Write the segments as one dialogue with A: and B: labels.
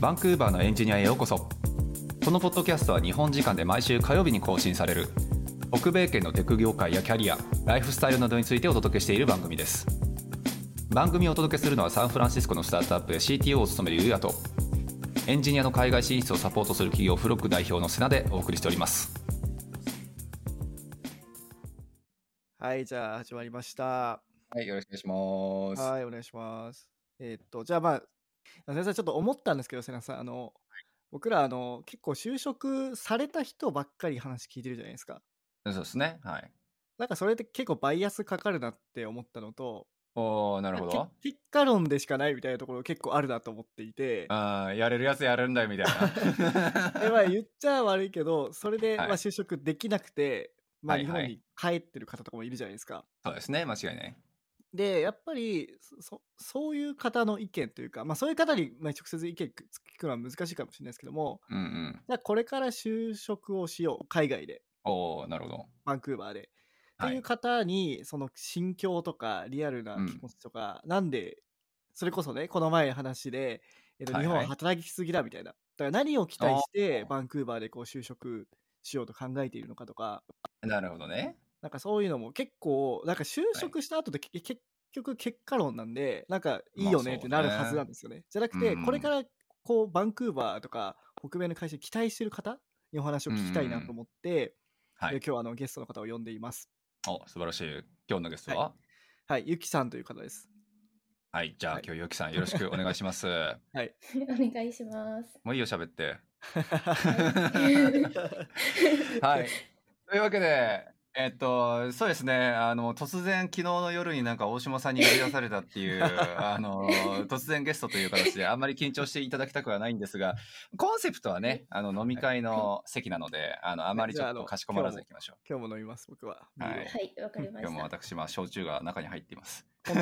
A: バンクーバーのエンジニアへようこそこのポッドキャストは日本時間で毎週火曜日に更新される北米圏のテク業界やキャリアライフスタイルなどについてお届けしている番組です番組をお届けするのはサンフランシスコのスタートアップで CTO を務めるユウヤとエンジニアの海外進出をサポートする企業フロック代表のセナでお送りしております
B: はい、じゃあ始まりました。
A: はいよろしくお願いします
B: はい、お願いします。えーっと、じゃあまあ、先生、ちょっと思ったんですけど、瀬名さん、あの、僕ら、あの、結構就職された人ばっかり話聞いてるじゃないですか。
A: そうですねはい
B: なんかそれって結構バイアスかかるなって思ったのと、
A: おーなるほど
B: け結果論でしかないみたいなところ結構あるなと思っていて、
A: あーやれるやつやるんだよみたいな
B: えまあ、言っちゃ悪いけど、それで、
A: はい
B: まあ、就職できなくて、まあ、
A: はい
B: 日
A: はい
B: 本に帰ってる方とかもいるじゃないですか。
A: そうですね間違いない
B: でやっぱりそそそういう方の意見というか、まあ、そういう方にまあ直接意見聞くのは難しいかもしれないですけども
A: うんうん
B: じゃあこれから就職をしよう海外で
A: おおなるほど
B: バンクーバーで、
A: は
B: っていう方にその心境とかリアルな
A: うん
B: 気持ちとか、なんでそれこそねこの前の話で、えっと、
A: はい
B: 日本
A: はい
B: は働きすぎだみたいな、だから何を期待し
A: あ
B: て
A: ー
B: バンクーバーでこう就職しようと考えているのかとか
A: なるほどね
B: なんかそういうのも結構、なんか就職した後で、け結局結果論なんで、なんかいいよねってなるはずなんですよね。じゃなくて、
A: うん
B: これからこうバンクーバーとか北米の会社に期待してる方にお話を聞きたいなと思って、
A: うんうんうんはい
B: え今日あのゲストの方を呼んでいます。
A: お素晴らしい今日のゲストはは、
B: はいはい、ゆきさんという 方です。
A: じゃあ、
B: はい
A: 今日ゆうきさんよろしくお願いします
C: お願いします。
A: もういいよ喋っては。
B: はい
A: というわけで、えっと、そうですね、あの、突然、昨日の夜になんか大島さんに呼び出されたっていう、 あの、突然ゲストという形で、あんまり緊張していただきたくはないんですが、コンセプトはね、あの、飲み会の席なので、あの、あまりちょっとかしこまらずいきましょ
B: 今日も飲みます、僕は。
A: はい
B: ビールを
C: はい、わか
A: う。
C: りま
A: 今
C: し
A: 日も
C: た。
A: 私、まあ、焼酎が中に入ってい ます。
C: は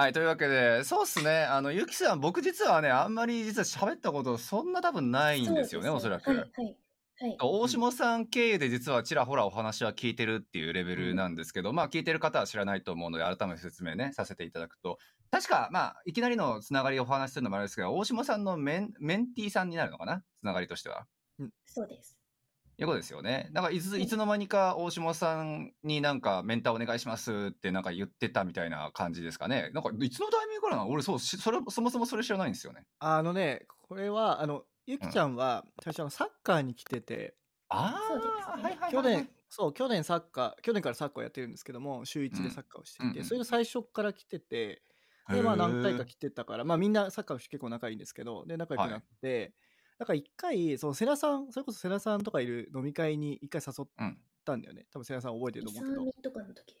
A: はい、というわけで、そうっすね、あの、ゆきさん、僕実はね、あんまり実は喋ったこと、そんな多分ないんですよね、おそらく。
C: はい、はい、はい。
A: 大下さん経由で実はちらほらお話は聞いてるっていうレベルなんですけど、まあ聞いてる方は知らないと思うので改めて説明ねさせていただくと確かまあいきなりのつながりをお話しするのもあれですけど大下さんのメンメンティーさんになるのかなつながりとしては。
C: そうです。
A: いうことですよね。なんかいつ
C: はい
A: いつの間にか大下さんになんかメンターお願いしますってなんか言ってたみたいな感じですかね。なんかいつのタイミングからなの俺そうしそれそもそもそれ知らないんですよね。
B: あのね、これは、あの、ゆきちゃんは最初あのサッカーに来てて、
A: あ
C: そうですね
A: あ、はいはいはいはい
B: 去年そう去年サッカー去年からサッカーをやってるんですけども週1
A: うん
B: でサッカーをしていて、
A: うんうん
B: それで最初から来ててで、まあ、何回か
A: へー
B: 来てたから、まあ、みんなサッカーの人結構仲いいんですけどで仲良くなって、だから一回その瀬名さんそれこそ瀬名さんとかいる飲み会に一回誘っ
A: うん
B: たんだよね多分瀬名さん覚えてる
C: イ
B: と
C: サ
B: 思うけど
C: ミとかの時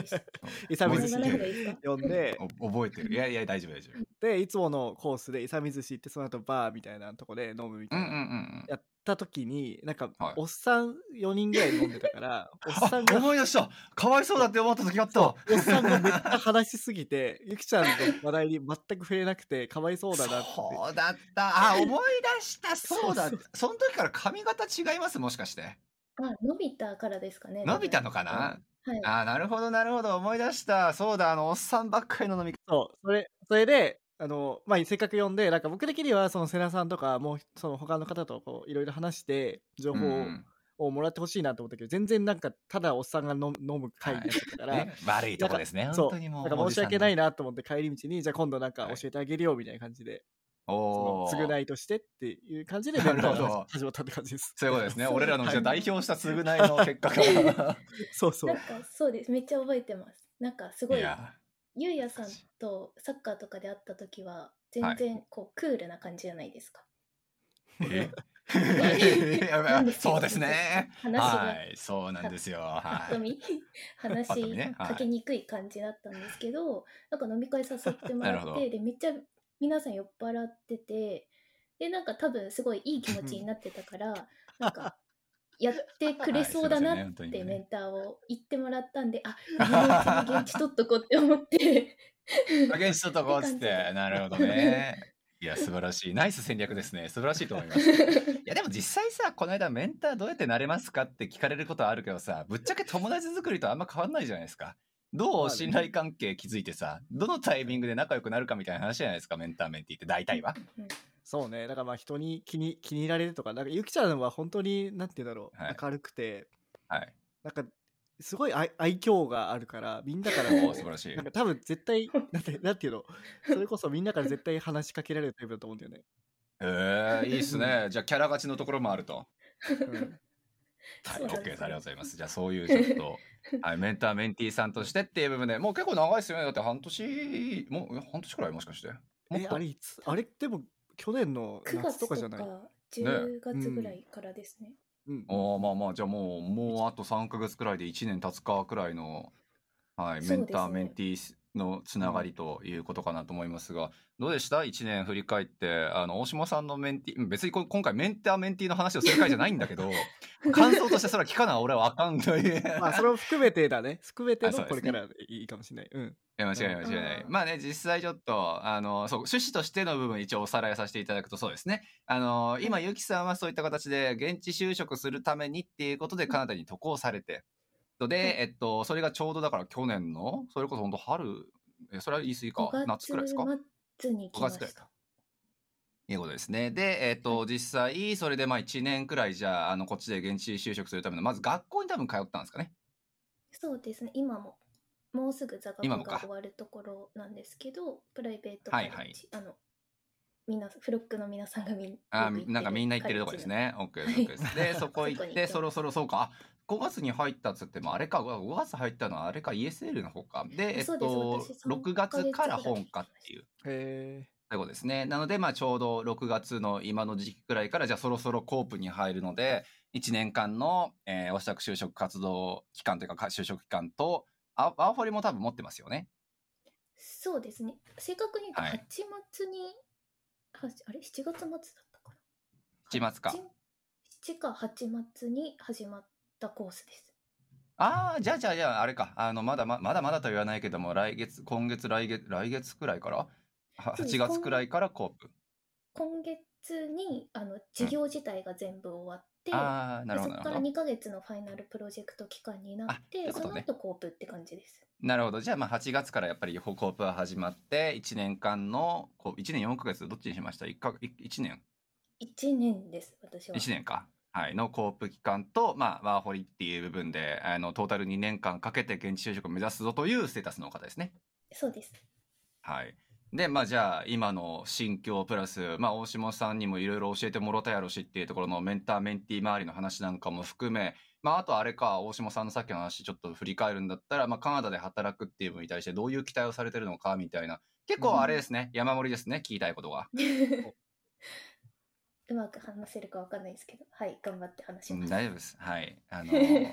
C: ですよ。イサ ミでしたっ
B: 勇み寿司
C: け。そんな名前がい
B: に
C: いですか
B: 呼んで
A: お覚えてる。いやいや大丈夫大丈夫。
B: でいつものコースで勇み寿司行ってその後バーみたいなとこで飲むみた
A: う
B: い
A: ん
B: な、
A: うんうんうん。
B: やった時になんか、
A: はい
B: おっさん4人ぐらい飲んでたからおっさん
A: あ
B: が
A: 思い出したかわいそうだって思った時があった
B: おっさんがめっちゃ話しすぎて、ゆきちゃんの話題に全く触れなくて、かわいそうだなって。
A: そうだったあ思い出したそうだ
B: そう
A: その時から髪型違いますもしかして
C: あ、伸びたからですかね。
A: 伸びたのかな、
C: はい。
A: あなるほどなるほど思い出したそうだあのおっさんばっかりの飲み会
B: そう、それ、それで、あの、まあ、せっかく呼んで、なんか僕的には、その瀬名さんとか、もう、その他の方とこう、いろいろ話して、情報
A: うん
B: をもらってほしいなと思ったけど、全然なんか、ただおっさんが飲む飲む会になっちゃったから、
A: ね、悪いとこですね
B: そ
A: 本
B: う、
A: 当にも
B: な
A: うん
B: か申し訳ない
A: な
B: なと思って帰り道に、じゃあ今度なんか
A: はい
B: 教えてあげるよみたいな感じで、
A: おお
B: その償いとしてっていう感じで、弁
A: な
B: 当
A: るほど
B: が始まったって感じです。
A: そういうことです ね
C: そう
A: 俺らのうちを
C: はい
A: 代表した償いの結果 が
B: そうそ
C: なん
B: う。
C: か、そうです。めっちゃ覚えてます。なんか、すご
A: い
C: い。
A: や
C: ゆうやさんとサッカーとかで会った時は、全然こう、クールな感じじゃないですか。
A: え
C: なんすけど
A: そうですね。
C: 話が
A: はいそうなんですよは
C: ぱっと
A: い
C: 見 話
A: ぱっと見ねはい
C: かけにくい感じだったんですけど、なんか飲み会誘っても
A: なる
C: ら
A: ほ
C: っ
A: ど
C: てでめっちゃ皆さん酔っ払っててでなんか多分すごいいい気持ちになってたから なんかやってくれそうだ
A: はい
C: な
A: すいませんね本
C: っ
A: 当にね
C: てメンターを言ってもらったんで、 あ今のうちに現地取っとこうって思って
A: 影しとっとこうっつっ
C: って感
A: て
C: じで
A: なるほどね いや素晴らしいナイス戦略ですね素晴らしいと思いますいやでも実際さこの間メンターどうやってなれますかって聞かれることはあるけどさぶっちゃけ友達作りとあんま変わんないじゃないですかど
B: ま
A: う
B: あね
A: 信頼関係築いてさ、どのタイミングで仲良くなるかみたいな話じゃないですか、メンターメンティーって大体は。
C: うん
B: そうね。だからまあ人に気に気に入られるとか、なんかゆきちゃんは本当に、なんて言うんだろう、
A: はい
B: 明るくて、
A: はい。
B: なんかすごい愛愛嬌があるから、みんなから
A: お
B: こ
A: お、
B: う
A: 素晴らしい
B: なん。か多分絶対、なんてなんていうの、それこそみんなから絶対話しかけられるタイプだと思うんだよね。
A: ええいいっすね。じゃあ、キャラ勝ちのところもあると。
B: うん
A: は
C: そ
A: い、
C: うな
A: OK さんあ
C: んですね
A: りがとうございます。じゃあ、そういうちょっと、 はい、メンター、メンティーさんとしてっていう部分でもう結構長いですよね。だって半年、もうえ半年くらいもしかして。もっ
B: え、
A: と
B: あれいつ、あれでも去年の
C: 9
B: 夏と
C: 月と
B: か
C: か
B: じゃない。
C: 10月ぐらいからですね。
B: うん
A: おーまあまあ、じゃあもう、もうあと3ヶ月くらいで1年経つかくらいの、はい、
C: そ
A: メ
C: うですね
A: ンター、メンティーのつながりということかなと思いますが、どうでした ?1 年振り返って、あの、大島さんのメンティー、別にこ今回メンター、メンティーの話をする回じゃないんだ けど、感想としてそれは聞かな、俺はあかんという。
B: まあそれを含めてだね。含めて
A: あそう
B: の
A: です
B: こ
A: ね
B: れからでいいかもしれない。うん。
A: いや間違いない間違いない、
C: うん
A: まあね実際ちょっとあのそう趣旨としての部分一応おさらいさせていただくとそうですねあの今ゆきさんはそういった形で現地就職するためにっていうことでカナダに渡航されてで、えっと、それがちょうどだから去年のそれこそ本当春えそれは言い過ぎか
C: 5
A: 夏くらいですか
C: 月末に来
A: 5
C: ま
A: 月くら
C: し
A: い
C: た
A: か。。いうことですね。で、えっ、と、実際、それでまあ1年くらい、じゃあ、あの、こっちで現地就職するための、まず学校に多分通ったんですかね。
C: そうですね、今も。もうすぐ座学
A: 今も
C: が
A: か
C: 終わるところなんですけど、プライベートカ
A: は
C: レ
A: い
C: ッジ、
A: はい
C: あの、みんな、フロックの皆さんがみん
A: あ
C: よく行ってる
A: なんかみんな行ってるとこですね。OK
C: い
A: です OK です。で、そこ
C: そこに
A: 行
C: 行
A: っ、
C: ってて
A: そろそろそうか。あ5月に入ったっつっても、あれか、5月入ったのはあれか ESL の方か。で、えっ
C: そうです
A: と
C: 私、三
A: 6月から
C: ヶ月ぐら
A: 本
C: い
A: かっていう。
B: へ
A: ということですね。なので、まあ、ちょうど6月の今の時期くらいから、じゃあそろそろコープに入るので、1年間の、えー、お支度就職活動期間というか、か就職期間と、あ青堀も多分持ってますよね。
C: そうですね。正確に言うと
A: はい
C: 8月に、はあれ ?7 月末だったかな。
A: 7月か。
C: 7か8月に始まったコースです。
A: ああ、じゃあじゃあじゃあ、あれか。あの、まだままだまだとは言わないけども、来月、今月、来月、来月くらいからは
C: そうで
A: ?8
C: す
A: 月くらいからコープ。
C: 今月にあの授業自体が全部終わって、
A: ああ、な
C: で
A: るほど、
C: そこ
A: な
C: から
A: るほど。
C: 2ヶ月のファイナルプロジェクト期間になっ
A: あそういう
C: て、
A: こ
C: そ
A: と
C: の
A: ね
C: 後コープって感じです。
A: なるほど。じゃあ、まあ、8月からやっぱりコープは始まって、1年間の、こう、1年4ヶ月、どっちにしました ?1 か、1年
C: 1年です、私は。
A: 1年か。はい。のコープ期間と、まあ、ワーホリっていう部分で、あの、トータル2年間かけて現地就職を目指すぞというステータスの方ですね。
C: そうです。
A: はい。で、まあじゃあ、今の心境プラス、まあ大島さんにもいろいろ教えてもろたやろしっていうところのメンター、メンティー周りの話なんかも含め、まああとあれか、大島さんのさっきの話ちょっと振り返るんだったら、まあカナダで働くっていうのに対してどういう期待をされてるのかみたいな、結構あれですね、山盛りですね、聞きたいことが。
C: うまく話せるかわかんないですけど、はい、頑張って話し
A: う
C: ま
A: ん
C: す。
A: 大丈夫です。はい。あの ー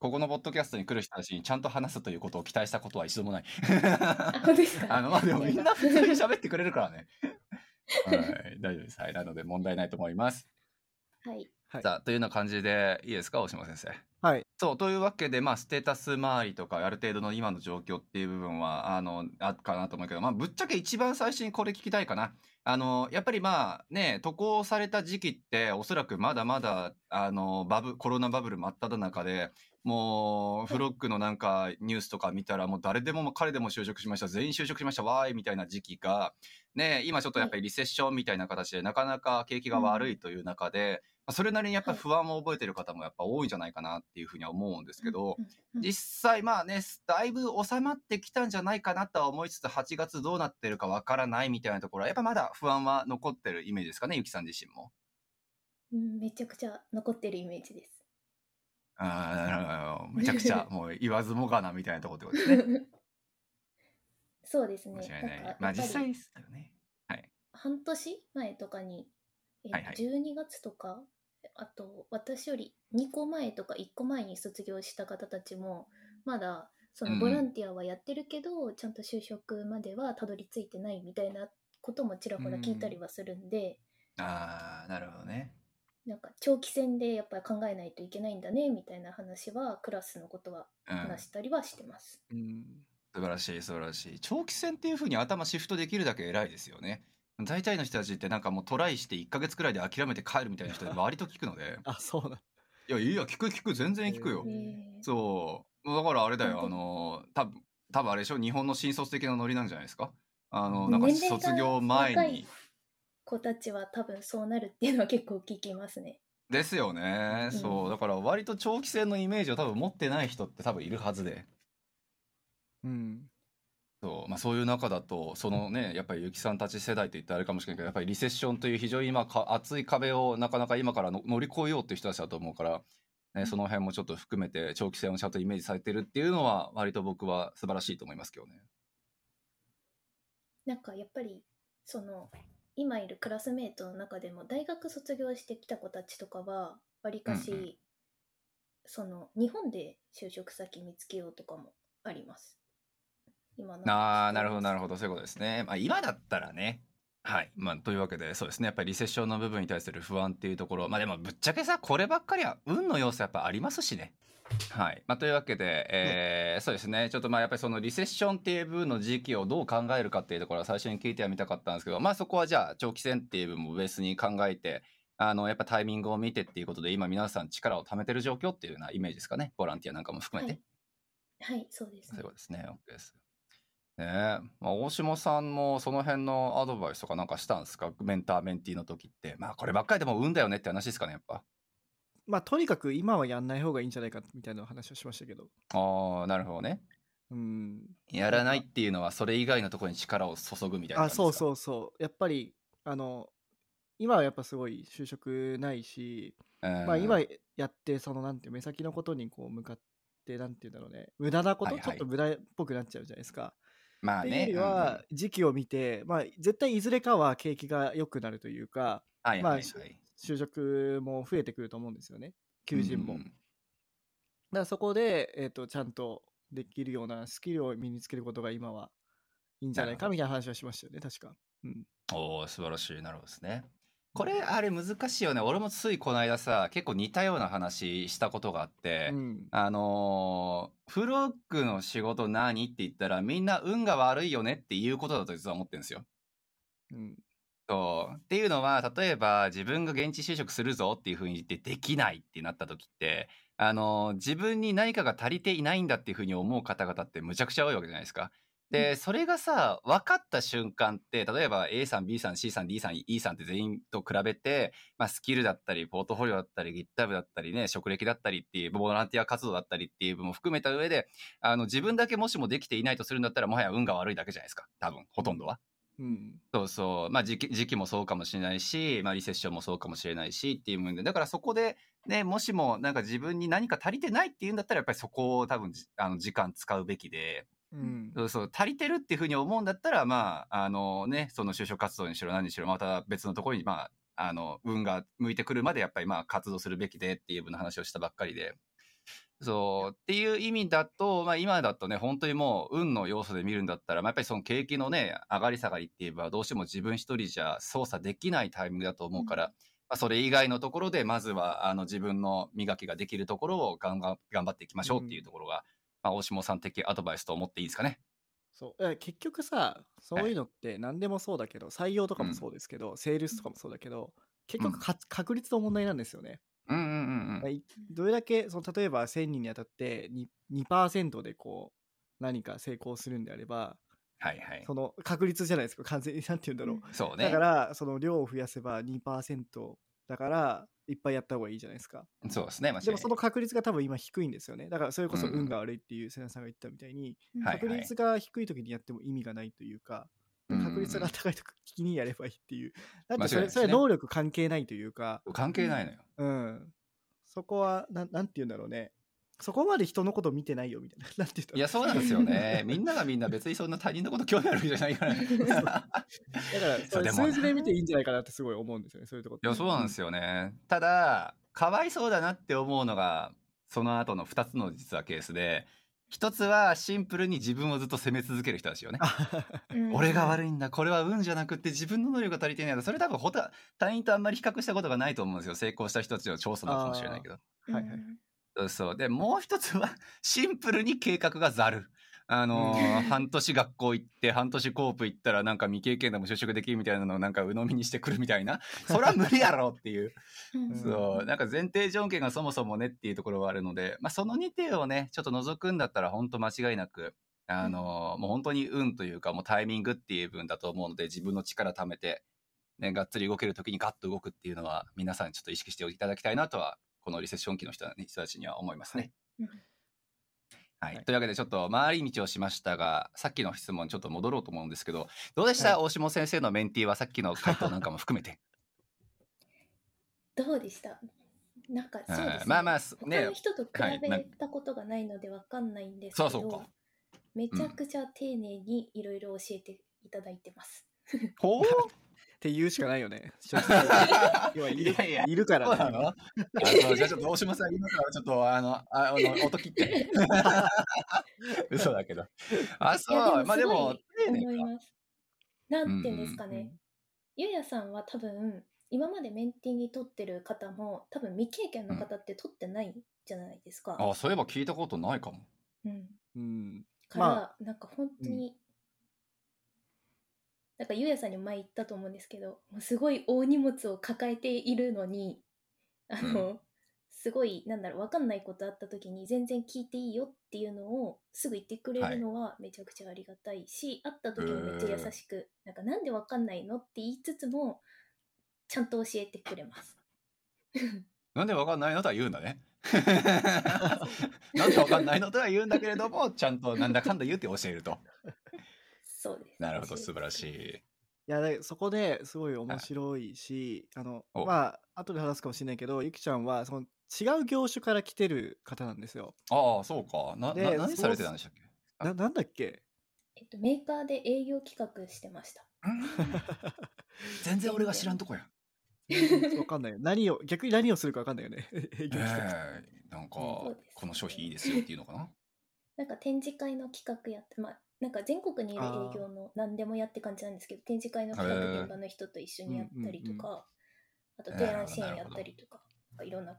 A: ここのポッドキャストに来る人たちにちゃんと話すということを期待したことは一度もない。
C: あ、本当ですか
A: あの、まあでもみんな普通に喋ってくれるからね。 は
C: や
A: い、大丈夫です。はい、なので問題ないと思います。
C: はい。
B: はい
A: さあ、というような感じでいいですか、大島先生。
B: はい。
A: そう、というわけで、まあ、ステータス周りとか、ある程度の今の状況っていう部分は、あの、あっかなと思うけど、まあ、ぶっちゃけ一番最初にこれ聞きたいかな。あの、やっぱりまあ、ね、渡航された時期って、おそらくまだまだ、あの、バブ、コロナバブル真っ只中で、もう、フロックのなんか、ニュースとか見たら、もう誰でも彼でも就職しました、全員就職しました、わーい、みたいな時期が、ね、今ちょっとやっぱりリセッションみたいな形で、なかなか景気が悪いという中で、まあそれなりにやっぱ
C: はい
A: 不安を覚えてる方もやっぱ多いんじゃないかなっていうふうには思うんですけど、
C: うんうん
A: 実際まあね、だいぶ収まってきたんじゃないかなとは思いつつ、8月どうなってるかわからないみたいなところは、やっぱまだ不安は残ってるイメージですかね、ゆきさん自身も。
C: うんめちゃくちゃ残ってるイメージです。
A: あ ーめちゃくちゃもう言わずもがなみたいなところってことですね。
C: そうですね。
A: 間違いな
C: なんかや
A: い
C: っ。
A: まあ
C: ぱ
A: 実
C: り
A: 際ですよね。
C: 半年前とかに、えー
A: はいはい
C: 12月とかあと私より2個前とか1個前に卒業した方たちもまだそ
A: うんう
C: の
A: ん
C: ボランティアはやってるけど、ちゃんと就職まではたどり着いてないみたいなこともちらほら聞いたりはするんで、
A: ああ、なるほどね。
C: なんか長期戦でやっぱり考えないといけないんだねみたいな話はクラスのことは
A: うん
C: 話したりはしてます。
B: うん。
A: 素晴らしい素晴らしい長期戦っていう風に頭シフトできるだけ偉いですよね大体の人たちってなんかもうトライして1ヶ月くらいで諦めて帰るみたいな人割と聞くので
B: あ、そうだ。
A: いやいや聞く聞く全然聞くよ、
B: うん
C: ねえ
A: そうもうだからあれだよ、
C: 本当
A: あの、多分多分あれでしょ、日本の新卒的なノリなんじゃないですか。あの、なんか
C: 年齢が
A: 卒業前
C: 若
A: に
C: い。子たちは多分そうなるっていうのは結構聞きますね。
A: ですよね、
C: うん
A: そうだから割と長期戦のイメージを多分持ってない人って多分いるはずで
B: うん。
A: そう,、まあ、そういう中だとそのねやっぱりゆきさんたち世代って言ったらあれかもしれないけどやっぱりリセッションという非常に今か厚い壁をなかなか今からの乗り越えようっていう人たちだと思うから、ね、その辺もちょっと含めて長期戦をちゃんとイメージされてるっていうのは割と僕は素晴らしいと思いますけどね。
C: なんかやっぱりその今いるクラスメートの中でも大学卒業してきた子たちとかはわりかし、
A: うんう
C: その日本で就職先見つけようとかもあります。今の
A: あーなるほどなるほどそういうことですね。まあ、今だったらねはい、まあ、というわけでそうですねやっぱりリセッションの部分に対する不安っていうところまあでもぶっちゃけさこればっかりは運の要素やっぱありますしね。はいまあ、というわけで、えーそうですねちょっとまあやっぱりそのリセッションっていう部分の時期をどう考えるかっていうところは最初に聞いてはみたかったんですけどまあそこはじゃあ長期戦っていう部分もベースに考えてあのやっぱタイミングを見てっていうことで今皆さん力を貯めてる状況っていうようなイメージですかねボランティアなんかも含めて。
C: はい、はい、そうです
A: そうい
C: ね
A: うことですね。OK です。ねえ、まあ、大下さんもその辺のアドバイスとかなんかしたんですかメンター、メンティーの時って。まあ、こればっかりでも運だよねって話ですかね、やっぱ。
B: まあ、とにかく今はやんない方がいいんじゃないかみたいな話をしましたけど。
A: ああ、なるほどね。
B: うん。
A: やらないっていうのはそれ以外のところに力を注ぐみたいな
B: あ、
A: 感じですか。
B: そうそうそう。やっぱり、あの、今はやっぱすごい就職ないし、
A: うん。
B: まあ、今やってそのなんていう目先のことにこう向かってなんていうんだろうね無駄なこと、
A: はいはい
B: ちょっと無駄っぽくなっちゃうじゃないですか。
A: まあ
B: っていうよ
A: ね。
B: り
A: うんうん
B: は時期を見て、まあ、絶対いずれかは景気が良くなるというか
A: はいはいはい。
B: ま就職も増えてくると思うんですよね求人も。
A: うんう
B: だか
A: ん
B: らそこで、えー、とちゃんとできるようなスキルを身につけることが今はいいんじゃないかみたいな話はしましたよね確か。うん、
A: おお素晴らしい。なるほどですね。これ、あれ難しいよね。俺もついこの間さ、結構似たような話したことがあって、
B: うん
A: あのーフロックの仕事何って言ったら、みんな運が悪いよねっていうことだと実は思ってるんですよ。
B: うん
A: そう。っていうのは、例えば自分が現地就職するぞっていうふうに言ってできないってなった時って、あのー自分に何かが足りていないんだっていうふうに思う方々ってむちゃくちゃ多いわけじゃないですか。で、それがさ、分かった瞬間って、例えば A さん、B さん、C さん、D さん、E さんって全員と比べて、まあ、スキルだったり、ポートフォリオだったり、GitHub だったりね、職歴だったりっていう、ボランティア活動だったりっていう部分も含めた上で、あの、自分だけもしもできていないとするんだったら、もはや運が悪いだけじゃないですか。多分、ほとんどは。
B: うん
A: そうそう。まあ時期、時期もそうかもしれないし、まあリセッションもそうかもしれないしっていう部分で、だからそこで、ね、もしもなんか自分に何か足りてないっていうんだったら、やっぱりそこを多分じ、あの、時間使うべきで、
B: うん
A: そうそう、足りてるっていうふうに思うんだったら、まあ、あのね、その就職活動にしろ何にしろ、また別のところに、まあ、あの、運が向いてくるまで、やっぱりまあ、活動するべきでっていう分の話をしたばっかりで。そう、っていう意味だと、まあ今だとね、本当にもう、運の要素で見るんだったら、まあやっぱりその景気のね、上がり下がりっていうのは、どうしても自分一人じゃ操作できないタイミングだと思うから、まあそれ以外のところで、まずは、あの、自分の磨きができるところをガンガン頑張っていきましょうっていうところが、まあ、大下さん的アドバイスと思っていいですかね。
B: そうえ結局さそういうのって何でもそうだけど、採用とかもそうですけど、セールスとかもそうだけど結局か、確率の問題なんですよね、
A: うんうんうんうん。
B: いどれだけその例えば1000人に当たってに 2%, でこう何か成功するんであれば
A: はいはい。
B: その確率じゃないですか完全に何て言うんだろう、
A: そう
B: だ
A: ね
B: か。らその量を増やせば2%だからいっぱいやった方がいいじゃないですか
A: そうですね。間違いない
B: でもその確率が多分今低いんですよねだからそれこそ
A: うん
B: 運が悪いっていう瀬名さんが言ったみたいに、
C: うん
A: はい
B: 確率が低い時にやっても意味がないというか、確率が高い時にやればいいっ ていう。だってそ
A: 間違いない
B: れ,、
A: です
B: そ
A: ね
B: れは能力関係ないというか、
A: うん関係ないのよ。
B: うん。そこは、なんなんて言うんだろうね。そこまで人のこと見てないよみたいな。 なんて言うんだろう
A: いや、そうなんですよ ね。みんながみんな別にそんな他人のこと興味あるわけじゃ ないからね。
B: だから
A: そ
B: そうれ
A: でも
B: 数字で見ていいんじゃないかなってすごい思うんですよね、そういうとこ
A: いや、 そうなんです
B: よ。
A: よね。ただ、かわいそうだなって思うのが、その後の2つの実はケースで、1つはシンプルに自分をずっと責め続ける人たちよね。
C: うん
A: 俺が悪いんだ、これは運じゃなくて自分の能力が足りてないんだ。それ多分ほた、他人とあんまり比較したことがないと思うんですよ。成功した人たちの調査なのかもしれないけど。
C: うん
B: はいはい
A: そうそう。で、もう一つは、シンプルに計画がざる。あの
C: うん
A: ー半年学校行って半年コープ行ったらなんか未経験でも就職できるみたいなのをなんか鵜呑みにしてくるみたいなそりゃ無理やろっていう
C: うん
A: そうなんか前提条件がそもそもねっていうところはあるので、まあ、その2点をねちょっと除くんだったら本当間違いなくあのもう本当に運というかもうタイミングっていう分だと思うので自分の力貯めて、ね、がっつり動ける時にガッと動くっていうのは皆さんちょっと意識していただきたいなとはこのリセッション期の人に人たちには思いますね。
C: うん
A: はい
B: はい
A: というわけでちょっと回り道をしましたがさっきの質問にちょっと戻ろうと思うんですけどどうでした、
B: は
A: 大下先生のメンティーはさっきの回答なんかも含めて。
C: どうでしたなんかそうです、ね
A: うんまあまあ
C: 他
A: ね
C: の人と比
A: はいな
C: べたことがないのでわかんないんです
A: そ
C: け
A: う
C: ど、
A: そうか
C: めちゃくちゃ丁寧にいろいろ教えていただいてます。
A: ほう
B: て言うしかないよね。正 直要はい
A: い
B: る
A: やいや
B: いるか
A: そうな
B: らね。
A: のあそうじゃあちょっと大島さん今からちょっとあのああの音切って 嘘だけどあ
C: いや
A: そうまあ
C: です
A: で
C: ご
A: も
C: い
A: 丁寧
C: 思
A: か
C: います。なんていうんですかね、
B: うんうん
C: ゆうやさんは多分今までメンティーに取ってる方も多分未経験の方って取ってないじゃないですか。
A: あそういえば聞いたことないかも
C: うん、
B: うん。
C: から、
B: ま
C: なんか本当に、なんかゆうやさんにも前言ったと思うんですけどもうすごい大荷物を抱えているのにあの、すごいなんだろう分かんないことあった時に全然聞いていいよっていうのをすぐ言ってくれるのはめちゃくちゃありがたいし、会った時もめっちゃ優しくなんかなんで分かんないのって言いつつもちゃんと教えてくれます。
A: なんでわかんないのとは言うんだ ねなんでわかんないのとは言うんだけれどもちゃんとなんだかんだ言って教えると
C: そうです
A: なるほど素晴らしい
B: いやだからそこですごい面白いし、あの
A: お
B: まあ後で話すかもしれないけど、ゆきちゃんはその違う業種から来てる方なんですよ。
A: ああそうかなな
B: で
A: 何されてたんでしたっけ あ
B: ななんだっけ？
C: えっと、メーカーで営業企画してました。
A: 全然俺が知らんとこや
B: わかんないよ。何を逆に何をするかわかんないよね。 営
A: え
B: 業企画
A: えなんか
C: そうです
A: この商品いいですよっていうのかな
C: なんか展示会の企画やって、まあ、なんか全国にいる営業の何でもやって感じなんですけど、展示会の企
A: へー
C: 画現場の人と一緒にやったりと
B: う
C: か、あと
A: なるほ
C: 提
A: ど
C: 案支援やったりとか、なんかいろんな、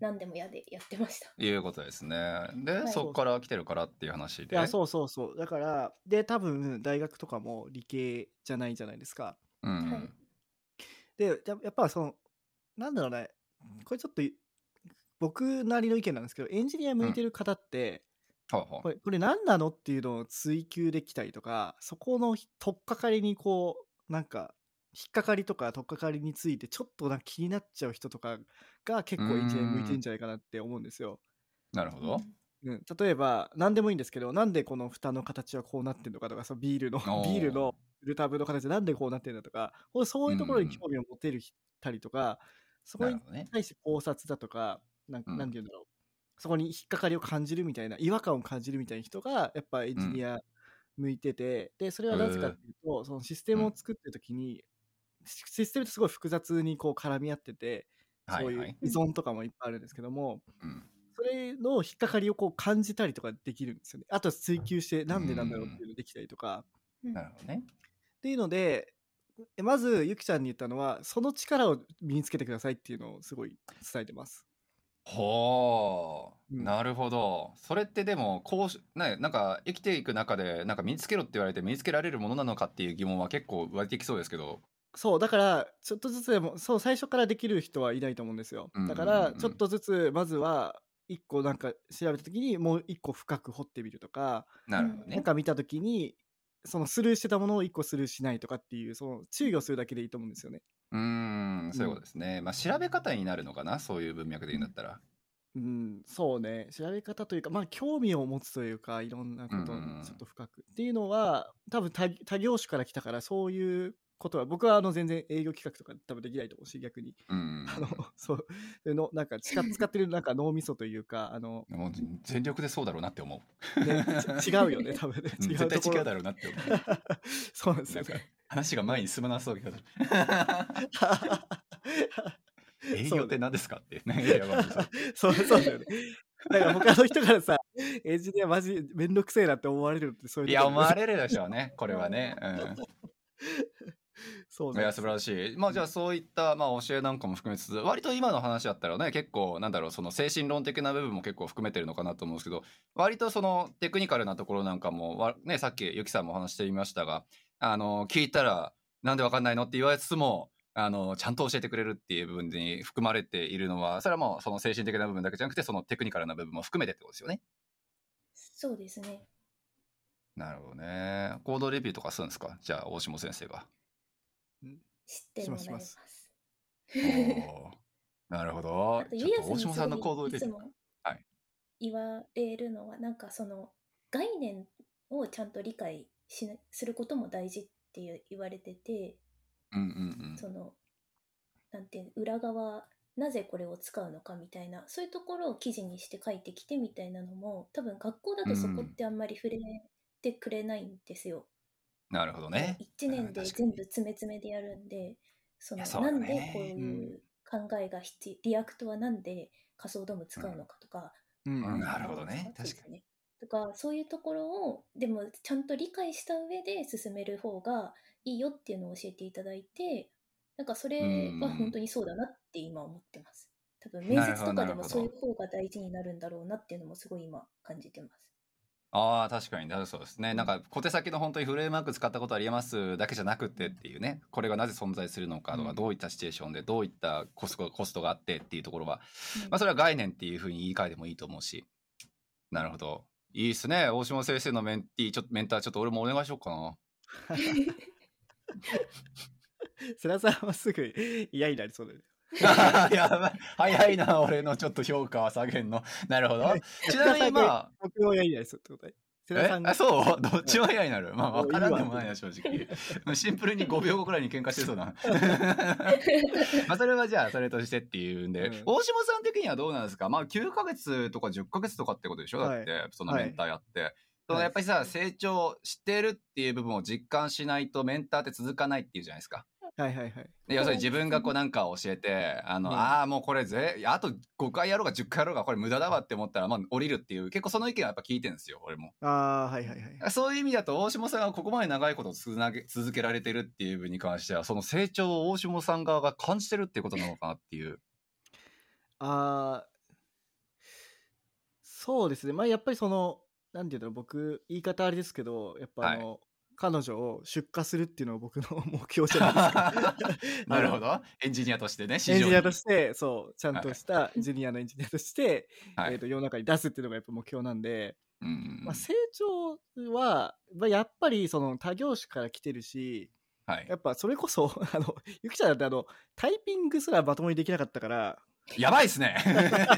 C: 何でもやでやってました。
A: いうことですね。で、
C: はい
A: そこから来てるからっていう話
B: い
A: で。
B: やそうそうそうだからで多分大学とかも理系じゃないじゃないですか
A: う
C: はい
A: ん。
B: でややっぱそのなんだろうねこれちょっと僕なりの意見なんですけどエンジニア向いてる方って、
A: ほう
B: こ
A: ほう
B: れこれ何なのっていうのを追求できたりとかそこの取っかかりにこうなんか引っかかりとか取っかかりについてちょっとなんか気になっちゃう人とかが結構エンジニア向いてんじゃないかなって思うんですよ。
A: なるほど。
B: うん、例えば何でもいいんですけどなんでこの蓋の形はこうなってんのかとかそのビールの
A: おー
B: ビールのルタブの形なんでこうなってんだとかほんとそういうところに興味を持てるたりとか、そこ
A: な
B: に
A: るほどね。
B: 対して考察だとかなん
A: うん
B: なんて言うんだろう、そこに引っかかりを感じるみたいな違和感を感じるみたいな人がやっぱエンジニア向いてて、でそれはなぜかっていうと、そのシステムを作ってる時に、シシステムってすごい複雑にこう絡み合ってて
A: は
B: そう
A: い
B: い
A: は
B: う
A: い。
B: 依存とかもいっぱいあるんですけども、
A: うん
B: それの引っかかりをこう感じたりとかできるんですよね。あとは追求してなんでなんだろうっていうのできたりとか。
C: うん
A: なるほどね。
B: っていうのでえまずゆきちゃんに言ったのはその力を身につけてくださいっていうのをすごい伝えてます。
A: ほう。
B: うん
A: なるほど。それってでも、こうし、ね、なんか生きていく中で、なんか身につけろって言われて身につけられるものなのかっていう疑問は結構湧いてきそうですけど。
B: そうだからちょっとずつでもそう最初からできる人はいないと思うんですよ。だからちょっとずつまずは一個なんか調べた時にもう一個深く掘ってみるとか、
A: なるほど
C: ね
B: な
A: ね
B: ん。か見た時にそのスルーしてたものを一個スルーしないとかっていうその注意をするだけでいいと思うんですよね。
A: うーん、そういうことですね。まあ、調べ方になるのかな、そういう文脈で言うんだったら。
B: うん、そうね調べ方というかまあ興味を持つというかいろんなこと
A: うんうんうん
B: にちょっと深く、っていうのは多分多多業種から来たからそういうことは僕はあの全然営業企画とか多分できないと思うし逆に
A: うん。
B: あの そうそれのなんか使使ってるなんか脳みそというか あの、
A: もう全力でそうだろうなって思う。
B: ね、ち違うよね多分ね
A: うん
B: 違
A: 絶
B: うとこ
A: 対違
B: ろ
A: うだろうなって思う。
B: そうなんですよ
A: なん
B: ね
A: 話が前に進まなそうだけど営業って何ですかってね。いやいやまあそう
B: そうそうだよね だから他の人からさ エンジニアマジめんどくせえなって思われるってそういう
A: い
B: と
A: や
B: ころ
A: 思われるでしょうねこれはね。うん
B: そう
A: い
B: ね
A: や素晴らしい、まあ、じゃあそういった、まあ、教えなんかも含めつつ割と今の話だったらね結構なんだろうその精神論的な部分も結構含めてるのかなと思うんですけど割とそのテクニカルなところなんかも、わね、さっきゆきさんもお話していましたがあの聞いたら「なんでわかんないの?」って言われつつもあのちゃんと教えてくれるっていう部分に含まれているのはそれはもうその精神的な部分だけじゃなくてそのテクニカルな部分も含めてってことですよね。
C: そうですね。
A: なるほどね。行動レビューとかするんですかじゃあ大下先生が。
C: 知ってもらいます。
A: お
B: し
A: ーなるほど
C: あと、。
A: ち
C: ゆ
A: ょっ
C: やさ
A: と
C: ん
A: 大
C: に
A: 島さんの行動
C: すごい
A: で
C: いつ。も
A: はい
C: 言われるのは、なんかその概念をちゃんと理解しなすることも大事っていう言われてて、
A: うんうん
C: その、なんていう裏側、なぜこれを使うのかみたいな、そういうところを記事にして書いてきてみたいなのも、多分学校だとそこってあんまり触れてくれないんですよ。
A: うん。なるほどね。
C: 1年で
A: うん確かに
C: 全部詰め詰めでやるんで、そ
A: い
C: の
A: やそう
C: な
A: だね
C: んでこういう考えが必要、リアクトはなんで仮想ドーム使うのかとか、
B: うん
A: うんな
C: あ
A: るほどね
C: そうです
A: 確
C: ねとか、そういうところを、でもちゃんと理解した上で進める方がいいよっていうのを教えていただいて、なんかそれは本当にそうだなって今思ってます。多分面接と
A: な
C: か
A: る
C: で
A: ほど
C: もそういう方が大事になるんだろうなっていうのもすごい今感じてます。
A: ああ、確かに、だそうですね。なんか、小手先の本当にフレームワーク使ったことありますだけじゃなくてっていうね、これがなぜ存在するのかとか、
B: うん
A: どういったシチュエーションで、どういったコストコストがあってっていうところは、
C: うん
A: まあ、それは概念っていうふうに言い換えてもいいと思うし。なるほど。いいっすね。大島先生のメンティー、ちょっとメンター、ちょっと俺もお願いしようかな。
B: 世良さんはすぐ嫌になりそうだよね。
A: やばい。早いな、俺のちょっと評価は下げんの。なるほど。ちなみに、まあ、
B: 僕も嫌になりそうってことね。世良
A: え
B: さんが
A: あそうどっちも嫌になるまあ
B: もう
A: 分からんで
B: いい
A: も
B: わ
A: ないな正直 シンプルに5秒後くらいに喧嘩して そうなまあそれはじゃあそれとしてっていうんで、
B: うん
A: 大島さん的にはどうなんですかまあ9ヶ月とか10ヶ月とかってことでしょだって、そのメンターやって、そのやっぱりさ成長してるっていう部分を実感しないとメンターって続かないっていうじゃないですか
B: はいはいはい。
A: で要するに自分がこうなんか教えて、あの、
B: うん
A: ああ、もうこれぜ、あと5回やろうが10回やろうがこれ無駄だわって思ったら、まあ降りるっていう、結構その意見はやっぱ聞いてるんですよ、俺も。
B: ああ、はいはいはい。
A: そういう意味だと大下さんがここまで長いことつなげ続けられてるっていう部分に関してはその成長を大下さん側が感じてるっていうことなのかなって いう。
B: あーそうですね、まあ、やっぱりその、なんていうんだろう、僕、言い方あれですけど、やっぱあの、彼女を出荷するっていうのが僕の 目標じゃないです か。
A: なるほ
B: ど。
A: どエンジニアとしてね市
B: エ
A: 場
B: ンジ
A: に
B: ニアとして、そう、ちゃんとしたジュニアのエン ジニアとして、
A: はい
B: えー、と世の中に出すっていうのがやっぱ目標なんで、
A: うんうんうん
B: まあ、成長は、まあ、やっぱりその他業種から来てるし、
A: はい
B: やっぱそれこそ、 あのゆきちゃんだってあのタイピングすらまともにできなかったから、
A: やばいっす ね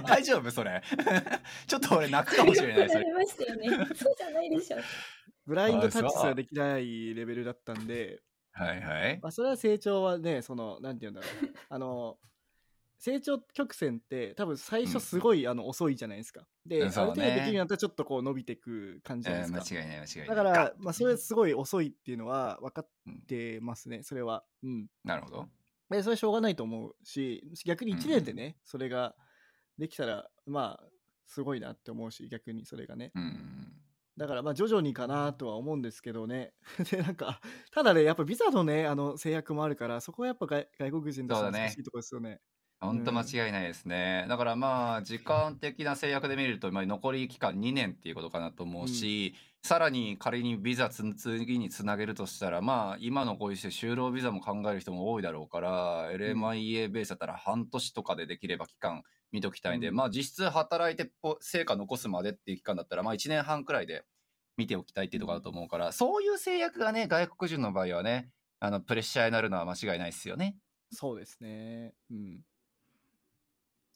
A: 大丈夫それ ちょっと俺泣くかもしれないそ
C: な
A: れ
C: りましたよね。そうじゃないでしょ。
B: ブラインド
A: あそ
B: タ
A: う
B: ッチすらできないレベルだったん で、
A: はいはい
B: まあ、それは成長はねそのなんて言うんだろうあの成長曲線って多分最初すごい、あの遅いじゃないですかで、
A: うん
B: あ
A: そう
B: る
A: ね
B: 程度できるようになったらちょっとこう伸びていく感じじゃない
A: え
B: で
A: ー
B: す
A: 間
B: か、
A: 違いない間違いな
B: だ
A: い
B: から
A: ガ、ッ
B: まあ、それすごい遅いっていうのは分かってますねそれはうん
A: なるほど
B: でそれはしょうがないと思うし逆に1年でね、それができたらまあすごいなって思うし逆にそれがね
A: うんうん
B: だからまあ徐々にかなとは思うんですけどね。 でなんかただねやっぱビザのねあの制約もあるからそこはやっぱ外外国人とし
A: そ
B: て
A: うだね
B: 難しいところですよね。
A: 本当間違いないですね、だからまあ時間的な制約で見ると、まあ、残り期間2年っていうことかなと思うし、さらに仮にビザつ次につなげるとしたらまあ今のこういう就労ビザも考える人も多いだろうから、LMIA ベースだったら半年とかでできれば期間見ときたいんで、
B: うん
A: まあ実質働いてぽ成果残すまでっていう期間だったらまあ1年半くらいで見ておきたいっていうところだと思うから、そういう制約がね外国人の場合はねあのプレッシャーになるのは間違いないですよね。
B: そうですね。うん。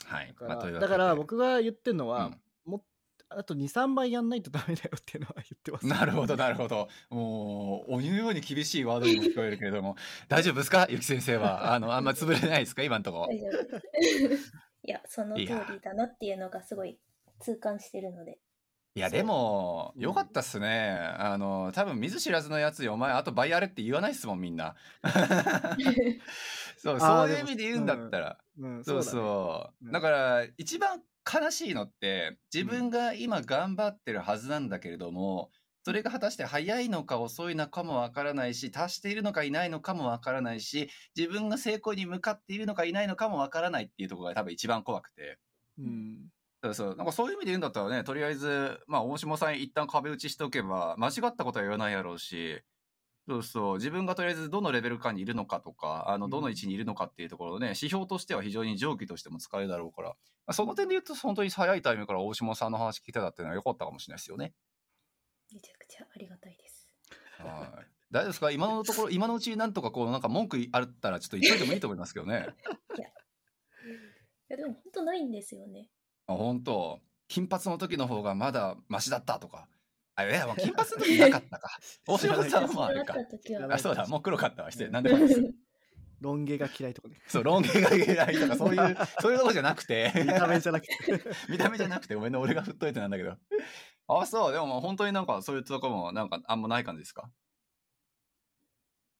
A: はい
B: だ、から,、
A: まあというわけ
B: だ
A: で
B: から僕が言ってるのは、
A: うん
B: もっあと2、3倍やんないとダメだよっていうのは言ってます。
A: なるほど、なるほど。もう、鬼のように厳しいワードにも聞こえるけれども、 大丈夫ですかゆき先生は。あの、あんま潰れないですか今のとこ
C: 大 丈夫。いや、その通
A: い
C: り
A: や
C: だなっていうのがすごい痛感して るので。
A: いや、でも、よかったっすね。あの、多分見ず知らずのやつに、お前、あと倍やれって言わないっすもん、みんな。そう、
B: あ
A: そ
B: ー
A: ういう
B: で
A: 意
B: も
A: 味で言うんだったら。
B: うん、
A: そう
B: だね
A: そう。
B: うん
A: だから、一番悲しいのって、自分が今頑張ってるはずなんだけれども、それが果たして早いのか遅いのかもわからないし、達しているのかいないのかもわからないし、自分が成功に向かっているのかいないのかもわからないっていうところが多分一番怖くて。
B: うん。
A: そうそう。なんかそういう意味で言うんだったらね、とりあえず、まあ、大下さん一旦壁打ちしておけば、間違ったことは言わないやろうし、そうそう。自分がとりあえずどのレベル間にいるのかとか、あの、どの位置にいるのかっていうところをね、指標としては非常に定規としても使えるだろうから、まあその点で言うと、本当に早いタイミングから大下さんの話聞いてたっていうのは良かったかもしれないですよね。
C: めちゃくちゃありがたいです。
A: はい。大丈夫ですか今のところ、今のうちになんとかこう、なんか文句あったらちょっと言っといてもいいと思いますけどね。
C: いやでも本当ないんですよね。
A: あ、本当金髪の時の方がまだマシだったとか。あ、いや、まあ金髪の時なか ったか。大島さんはまああれか
C: 私。が会った時は
A: あ、そうだ、もう黒かったわ。失礼。なんでもないです。
C: う
B: ロン毛が嫌 いとかね。
A: そう、ロン毛が嫌いとか、そう いう、そういうとこじゃなくて、
B: 見た目じゃなくて。
A: 見た目じゃなくて、ごめんね、俺が振っといてなんだけど。あ、そう、でもまあ本当になんかそういうとこも、なんかあんまない感じですか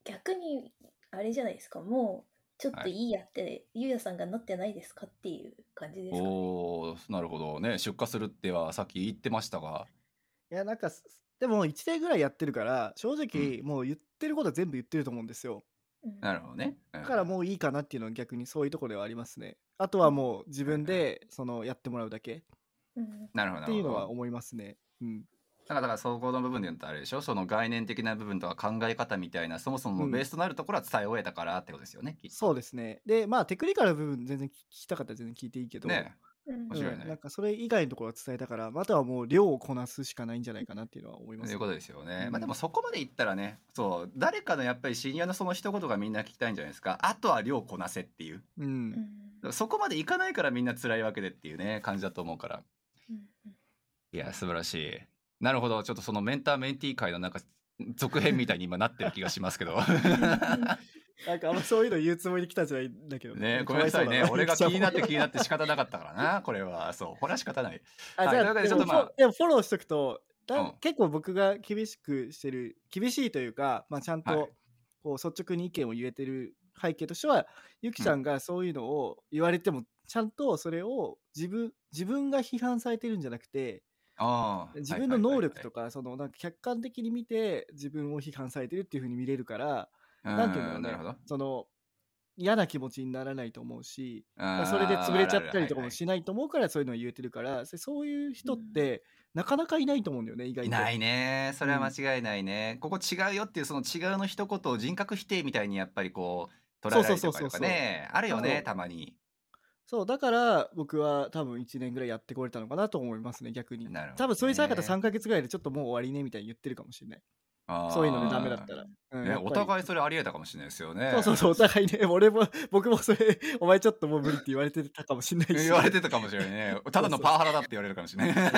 C: 逆にあれじゃないですかもうちょっといいやって、ゆうやさんがなってないですかっていう感じですかね。
A: おー、なるほどね。出荷するってはさっき言ってましたが。
B: いや、なんか、すでも1年ぐらいやってるから、正直、もう言ってることは全部言ってると思うんですよ。
C: うん
A: なるほどね。だ
B: だからもういいかなっていうのは逆にそういうところではありますね。あとはもう自分で、その、やってもらうだけ
C: うん
A: なるほど。なるほど
B: っていうのは思いますね。うん。
A: だから、だからそこの部分で言うとあれでしょその概念的な部分とか考え方みたいな、そもそも
B: うん
A: ベースとなるところは伝え終えたからってことですよね。きっと
B: そうですね。で、まあ、テクニカルな部分全然聞きたかったら全然聞いていいけど、
A: ね
C: うん
A: 面白いね
B: うんなんかそれ以外のところは伝えたから、またはもう量をこなすしかないんじゃないかなっていうのは思い
A: え。
B: ま
A: と
B: す
A: い
B: ね、
A: うことですよね。
B: うん
A: まあでもそこまで言ったらね、そう、誰かのやっぱりシニアのその一言がみんな聞きたいんじゃないですか。あとは量こなせっていう。
B: う
C: うん
B: ん。
A: そこまでいかないからみんな辛いわけでっていうね、感じだと思うから。
C: うんうん
A: いや、素晴らしい。なるほど。ちょっとそのメンターメンティー会のなんか、続編みたいに今なってる気がしますけど。
B: なんかあんまそういうの言うつもりで来たじゃないんだけど
A: ねごめんなさいね。俺が気になって気にな
B: っ
A: っ
B: て。
A: て仕方なかったからな、これは。そう、これは仕方ない。
B: あ
A: はい
B: じ
A: というわ
B: ゃあ
A: けで
B: で
A: ちょっ
B: も
A: とまあ
B: フォでもフォローしとくと、だ
A: うん
B: 結構僕が厳しくしてる厳しいというか、まあ、ちゃん
A: はい
B: とこう率直に意見を言えてる背景としてはゆきちゃんがそういうのを言われてもちゃんとそれを自分自分が批判されてるんじゃなくて
A: ああ
B: 自分の能力と
A: か、
B: かそのなんか客観的に見て自分を批判されてるっていうふうに見れるから
A: な
B: なんていうんだろう
A: な
B: ね
A: るほど。
B: その嫌な気持ちにならないと思うしそれで潰れちゃったりとかもしないと思うからそういうのは言えてるからそそういう人ってなかなかいないと思うんだよね意
A: あー
B: 外
A: い
B: と。
A: ないね。それは間違いないね。ここ違うよっていう、その違うの一言を人格否定みたいにやっぱりこう、捉えられてるとかね。あるよ
B: そ
A: ね、
B: う
A: たまに。
B: そうだから僕は多分1年ぐらいやってこれたのかなと思いますね逆に
A: なるほどね
B: 多分そういう方3ヶ月ぐらいでちょっともう終わりねみたいに言ってるかもしれない
A: あー
B: そういうのでダメだったら、うん
A: ね、
B: やっぱ
A: お
B: り
A: 互いそれあり得たかもしれないですよね。
B: そうそうそうお互いね俺も僕もそれお前ちょっともう無理って言われてたかもしれないし
A: 言われてたかもしれないね。ただのパワハラだって言われるかもしれない。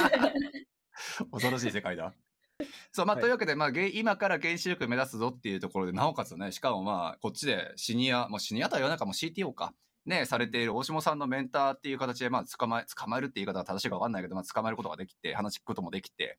A: 恐ろしい世界 だ。そう、まあ、
B: はい
A: というわけで、まあ、げ今から原子力目指すぞっていうところで、なおかつね、しかもまあ、こっちでシニア、まあ、シニアとは言わないかも CTO か、ね、されている大下さんのメンターっていう形で、まあ、捕まえ、捕まえるっていう言い方が正しいかわかんないけど、まあ、捕まえることができて、話聞くこともできて、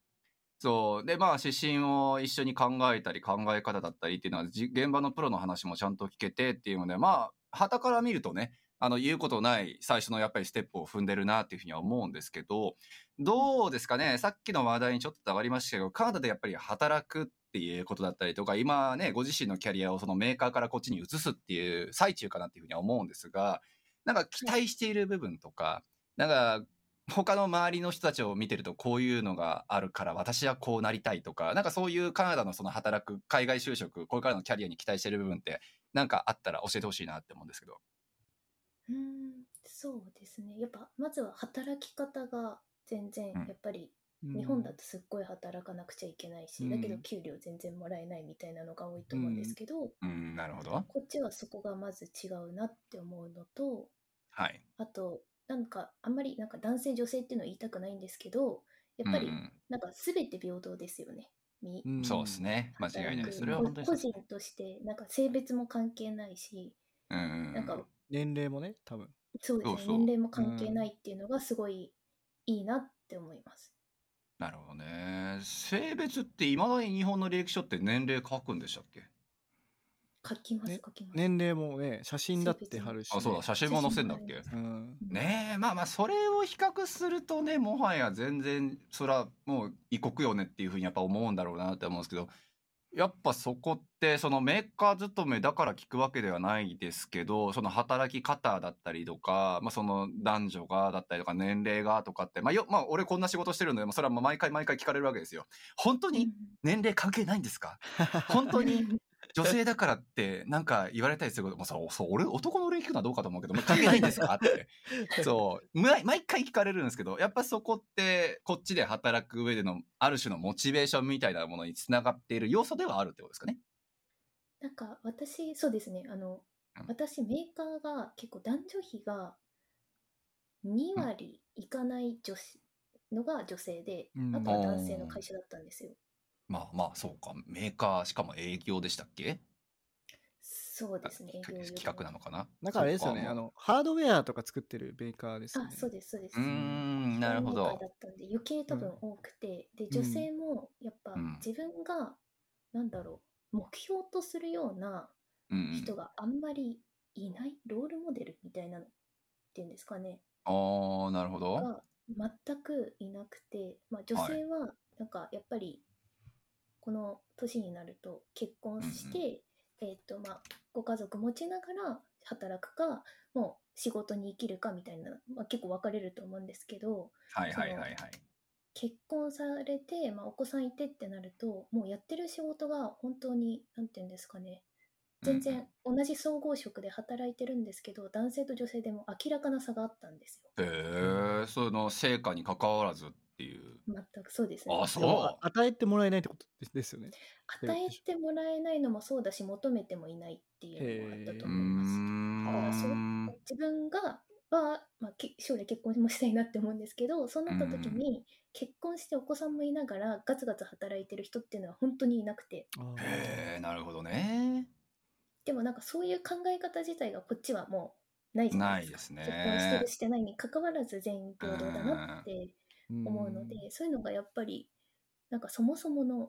A: そう。で、まあ、指針を一緒に考えたり、考え方だったりっていうのは、じ現場のプロの話もちゃんと聞けてっていうので、まあ、傍から見るとね、あの、言うことない最初のやっぱりステップを踏んでるなっていうふうには思うんですけど、どうですかねさっきの話題にちょっと上がりましたけど、カナダでやっぱり働くっていうことだったりとか、今ね、ご自身のキャリアをそのメーカーからこっちに移すっていう最中かなっていうふうには思うんですが、なんか期待している部分とか、なんか他の周りの人たちを見てるとこういうのがあるから私はこうなりたいとか、なんかそういうカナダのその働く海外就職、これからのキャリアに期待している部分ってなんかあったら教えてほしいなって思うんですけど。
C: うんそうですねやっぱまずは働き方が全然
A: うん
C: やっぱり
B: うん
C: 日本だとすっごい働かなくちゃいけないし、
B: うん
C: だけど給料全然もらえないみたいなのが多いと思うんですけど、
A: うん、なるほど。
C: こっちはそこがまず違うなって思うのと
A: はい。
C: あとなんかあんまりなんか男性女性っていうのは言いたくないんですけどやっぱり
A: うん
C: なんか全て平等ですよね。み
A: うんそうですね。間違いない。それは本当にそ
C: 個
A: うです
C: 人としてなんか性別も関係ないし、
A: うんうん
C: なんか
B: 年齢もね多分
C: そうですね
A: そうそう
C: 年齢も関係ないっていうのがすごいいいなって思います。
A: なるほどね。性別っていまだに日本の履歴書って年齢書くんでしたっけ
C: 書きます、書きます。
B: 年齢もね、写真だって貼るし、
A: あそうだ写真も載せんだっけ
B: うん。
A: ねえまあまあそれを比較するとねもはや全然そらもう異国よねっていうふうにやっぱ思うんだろうなって思うんですけどやっぱそこってそのメーカー勤めだから聞くわけではないですけどその働き方だったりとか、まあ、その男女がだったりとか年齢がとかって、まあ、よまあ俺こんな仕事してるのでまあそれはもう毎回毎回聞かれるわけですよ。本当に年齢関係ないんですか本当に女性だからってなんか言われたりすることもさそう俺男の俺に聞くのはどうかと思うけど関係ないんですかってそう毎毎回聞かれるんですけどやっぱそこってこっちで働く上でのある種のモチベーションみたいなものにつながっている要素ではあるってことですかね。
C: なんか私、そうですね、あの
A: うん、
C: 私、メーカーが結構男女比が2割いかない女子のが女性で、
B: うん
C: あとは男性の会社だったんですよ。
A: まあまあそうかメーカーしかも営業でしたっけ
C: そうですね、営業用
A: 企画なのかな
B: だからあれですよ
A: そ
B: ね、
A: うか
B: あの、ハードウェアとか作ってるメーカーですよね。
C: あ、そうです、そうで
A: う
C: す。
A: ーんなるほ
C: メーカ
A: ど
C: ーだったんで、余計多分多くて、で、女性もやっぱ
A: うん
C: 自分が、なんだろう、目標とするような
A: うんうん
C: 人があんまりいない、ロールモデルみたいなのっていうんですかね。
A: あーなるほど
C: が全くいなくて、まあ、女
A: はい
C: 性はなんかやっぱりこの年になると結婚して、えーとまあ、ご家族持ちながら働くかもう仕事に生きるかみたいな、まあ、結構分かれると思うんですけど
A: はいはいはいはい
C: 結婚されて、まあ、お子さんいてってなるともうやってる仕事が本当に何て言うんですかね全然同じ総合職で働いてるんですけど男性と女性でも明らかな差があったんですよ。
A: へえその成果に関わらずっていう
C: 全くそうですね。
A: あ
B: でも
A: そう
B: あ与えてもらえないってことですよね。
C: 与えてもらえないのもそうだし求めてもいないっていうのがあったと
A: うー
C: 思います。
A: ん
C: 自分がは、まあ、き将来結婚もしたいなって思うんですけどそうなった時に結婚してお子さんもいながらガツガツ働いてる人っていうのは本当にいなくて
B: あー
A: へえなるほどね。
C: でもなんかそういう考え方自体がこっちはもうないじゃな
A: ないい
C: です
A: で
C: か。
A: す
C: 結婚して
A: ね
C: る。してないに関わらず全員平等だなって思うので、そういうのがやっぱりなんかそもそもの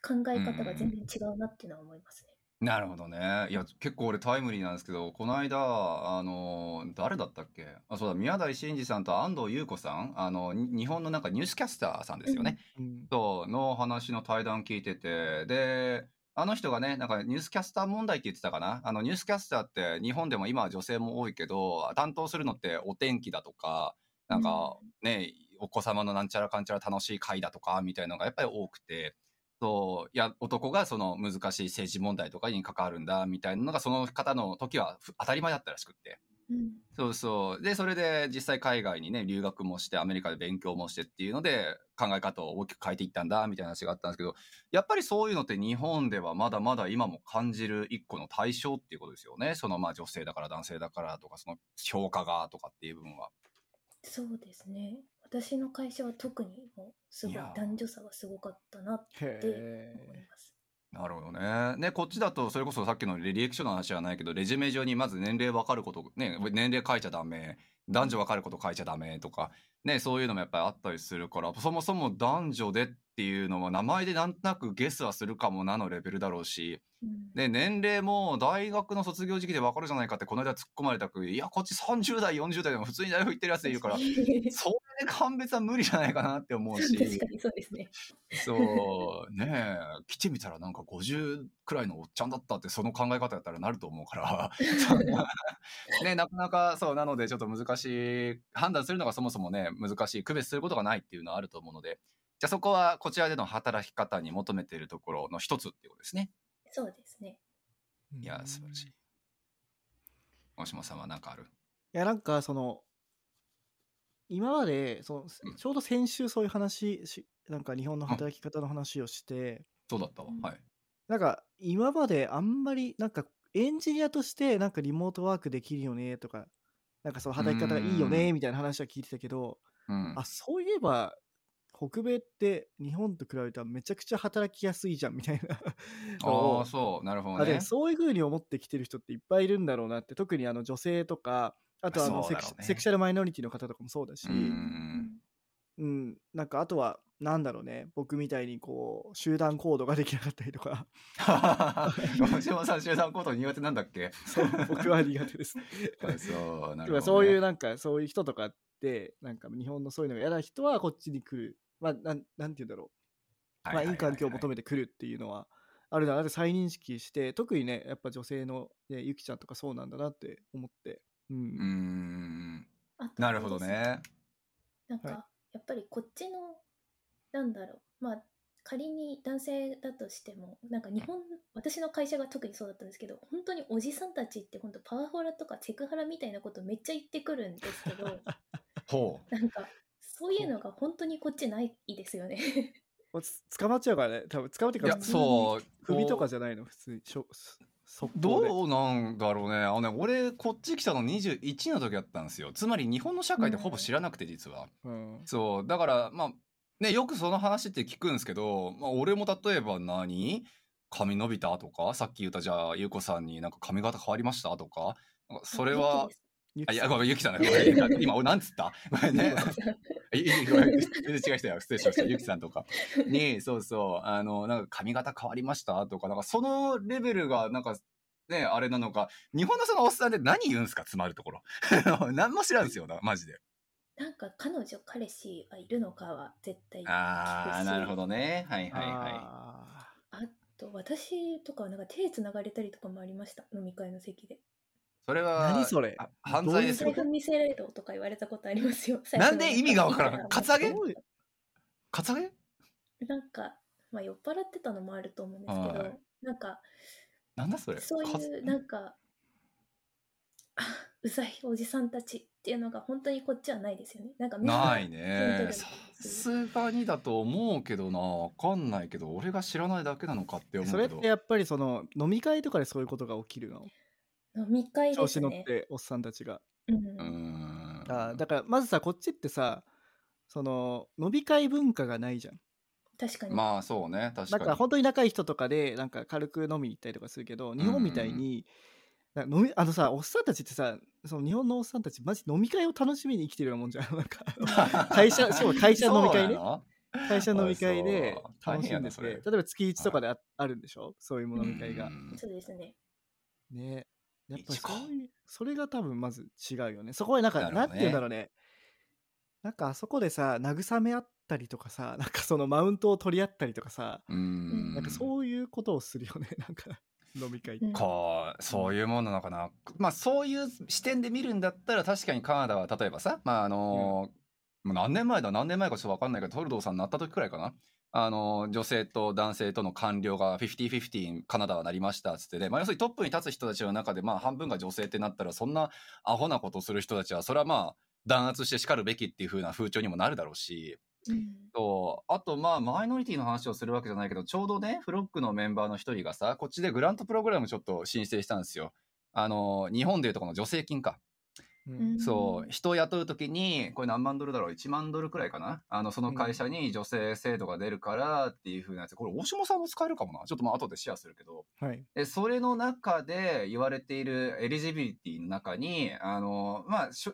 C: 考え方が全然違うなっていうのは思いますね。
A: なるほどね。いや結構俺タイムリーなんですけどこの間あの誰だったっけあそうだ宮台真司さんと安藤優子さんあのに日本のなんかニュースキャスターさんですよね。
B: うん。
A: との話の対談聞いててであの人がねなんかニュースキャスター問題って言ってたかなあのニュースキャスターって日本でも今は女性も多いけど担当するのってお天気だとかなんかね、お子様のなんちゃらかんちゃら楽しい会だとかみたいのがやっぱり多くて。そういや男がその難しい政治問題とかに関わるんだみたいなのがその方の時はふ当たり前だったらしくって
C: うん
A: そうそう。で、それで実際海外にね、留学もして、アメリカで勉強もしてっていうので、考え方を大きく変えていったんだ、みたいな話があったんですけど、やっぱりそういうのって日本ではまだまだ今も感じる一個の対象っていうことですよね。そのまあ女性だから男性だからとか、その評価がとかっていう部分は。
C: そうですね。私の会社は特にもうすごい
A: いやー
C: 男女差がすごかったなって
B: へ
C: 思い
B: え。
C: ます。
A: なるほどね。ね、こっちだと、それこそさっきの履歴書の話じゃないけど、レジュメ上にまず年齢分かること、ね、年齢書いちゃダメ、男女分かること書いちゃダメとか、ね、そういうのもやっぱりあったりするから、そもそも男女でっていうのは名前でなんとなくゲスはするかもなのレベルだろうし、
C: うん、
A: ね、年齢も大学の卒業時期で分かるじゃないかってこの間突っ込まれたく、いや、こっち30代、40代でも普通に大学行ってるやついるから
C: 確
A: それで判別は無理じゃないかなって思うし。
C: かにそうですね。
A: そうねえ来てみたらなんか50くらいのおっちゃんだったってその考え方やったらなると思うから ねなかなかそうなのでちょっと難しい判断するのがそもそもね難しい区別することがないっていうのはあると思うのでじゃあそこはこちらでの働き方に求めているところの一つっていうことですね
C: そうですね。
A: いや素晴らしい
B: い
A: 大島さんは何かある
B: や、なんかその、今までその、
A: うん
B: ちょうど先週そういう話し、なんか日本の働き方の話をして、
A: そうだったわはい
B: なんか今まであんまりなんかエンジニアとしてなんかリモートワークできるよねとか、なんかその働き方がいいよねみたいな話は聞いてたけど、
A: うん
B: あ、そういえば北米って日本と比べたらめちゃくちゃ働きやすいじゃんみたいなの
A: あ
B: を
A: あそうなるほ
B: あ
A: ど
B: で
A: ね
B: そういうふうに思ってきてる人っていっぱいいるんだろうなって特にあの女性とかあとはあの
A: そう
B: セ
A: だ
B: ク
A: ろうね
B: セクシャルマイノリティの方とかもそうだし、
A: うん
B: うん、なんかあとはなんだろうね、僕みたいにこう、集団行動ができなかったりと か、
A: 大島さん集団行動苦手なんだ っけ
B: そう僕は苦手です。
A: そうな
B: で
A: るほど、ね、
B: もそういうなんか、そういう人とかって、なんか日本のそういうのが嫌な人はこっちに来る。まあ、なんなんて言うんだろう。まあ、いい環境を求
A: め
B: めて来るっていうのは、あるだなって再認識して、特にね、やっぱ女性の、ね、ゆきちゃんとかそうなんだなって思って。うん
A: うーん
C: あと
A: なるほどね
C: なんか、
B: はい
C: やっぱりこっちのなんだろうまあ仮に男性だとしてもなんか日本私の会社が特にそうだったんですけど本当におじさんたちって本当パワハラとかセクハラみたいなことめっちゃ言ってくるんで すけど
A: ほう
C: なんかそういうのが本当にこっちないですよね
B: まあつ捕まっちゃうからね、多分捕まって
A: い
B: から
A: や
B: 普通に
A: そう
B: 首とか
A: じ
B: じゃないの、普通に。しょす速攻で
A: どうなんだろうねあのね俺こっち来たの21の時だったんですよつまり日本の社会ってほぼ知らなくて実は、
B: うん
A: そうだからまあねよくその話って聞くんですけど、まあ、俺も例えば何髪伸びたとかさっき言ったじゃあ優子さんになんか髪型変わりましたとかなんかそれ
C: あ
A: は
C: 元気です
B: ゆ
A: あいや
B: きさん
A: ごめんゆきさんだごめんゆきさ ん今俺なんつったごめんねいいいいごめん全然違う人や失礼しましたゆきさんとかにそうそうあのなんか髪型変わりましたとかなんかそのレベルがなんかねあれなのか日本のそのおっさんで何言うんですか詰まるところ あの何も知らんですよなマジで
C: なんか彼女彼氏がいるのかは絶対
A: ああなるほどねはいはいは
B: あー
C: あと私とかはなんか手つながれたりとかもありました飲み会の席で
A: いそれは
B: 何それ
A: あ犯罪です
C: そ
A: よ
B: ど
C: れが
B: ういう
C: 見せれろとか言われたことありますよ
A: なんで意味がわ からんカツアゲ
B: どういう
A: カツアゲ
C: なんか、まあ、酔っ払ってたのもあると思うんですけど、
A: はい
C: なんか
A: なんだそれ
C: そう
A: カツ
C: いうなんかあうざいおじさんたちっていうのが本当にこっちはないですよねなんかみん
A: ないね
C: 手に取るの
A: さ
C: そう
A: すがにだと思うけどなわかんないけど俺が知らないだけなのかって思
B: そうれ
A: け
B: っ
A: ど
B: てやっぱりその飲み会とかでそういうことが起きるの
C: 飲み会
B: 調
C: です
B: 子乗っ
C: ね、
B: ておっさんたちが。
C: うん
A: うーん
B: あーだからまずさこっちってさその飲み会文化がないじゃん。
C: 確かに、
A: まあそうね確か
B: だか
A: に
B: ら本当に仲いい人とかでなんか軽く飲みに行ったりとかするけど日本みたいに、なんか飲みあのさおっさんたちってさその日本のおっさんたちマジ飲み会を楽しみに生きてるようなもんじゃ ん。なんか 会社しかも会社飲み会ね
A: そうなの
B: 会社飲み会で
A: あそう大
B: 楽しんで
A: 変やな
B: て
A: そ
B: 例
A: れ
B: えば月1とかであ,、るんでしょそういう飲み会
A: う
B: が。
A: ん
C: そうですね
B: ねやっぱり
A: 一か
B: そういうそれが多分まず違うよねそこはなんか
A: なるほ
B: な,、
A: どね
B: んて言うんだろうねなんかあそこでさ慰め合ったりとかさ なんかそのマウントを取り合ったりとかさ、
A: うん
B: なんかそういうことをするよね なんか飲み会って、
C: うん
A: こうそういうものなのかな、まあそういう視点で見るんだったら確かにカナダは例えばさまああのーもう何年前だ何年前かちょっと分かんないけどトルドーさんになった時くらいかなあのー女性と男性との官僚が50-50カナダはなりましたっつってで、まあ、要するにトップに立つ人たちの中でまあ半分が女性ってなったらそんなアホなことする人たちはそれはまあ弾圧して叱るべきっていう風な風潮にもなるだろうし、
C: うん
A: そうあとまあマイノリティの話をするわけじゃないけどちょうどねフロックのメンバーの一人がさこっちでグラントプログラムちょっと申請したんですよ。あの日本でいうとこの助成金か、
B: うん
C: うん
A: そう人を雇う時にこれ何万ドルだろう1万ドルくらいかなあのその会社に女性制度が出るからっていう風なやつこれ大下さんも使えるかもなちょっとまあ後でシェアするけど
B: はい
A: でそれの中で言われているエリジビリティの中に、あの、まあ、しょ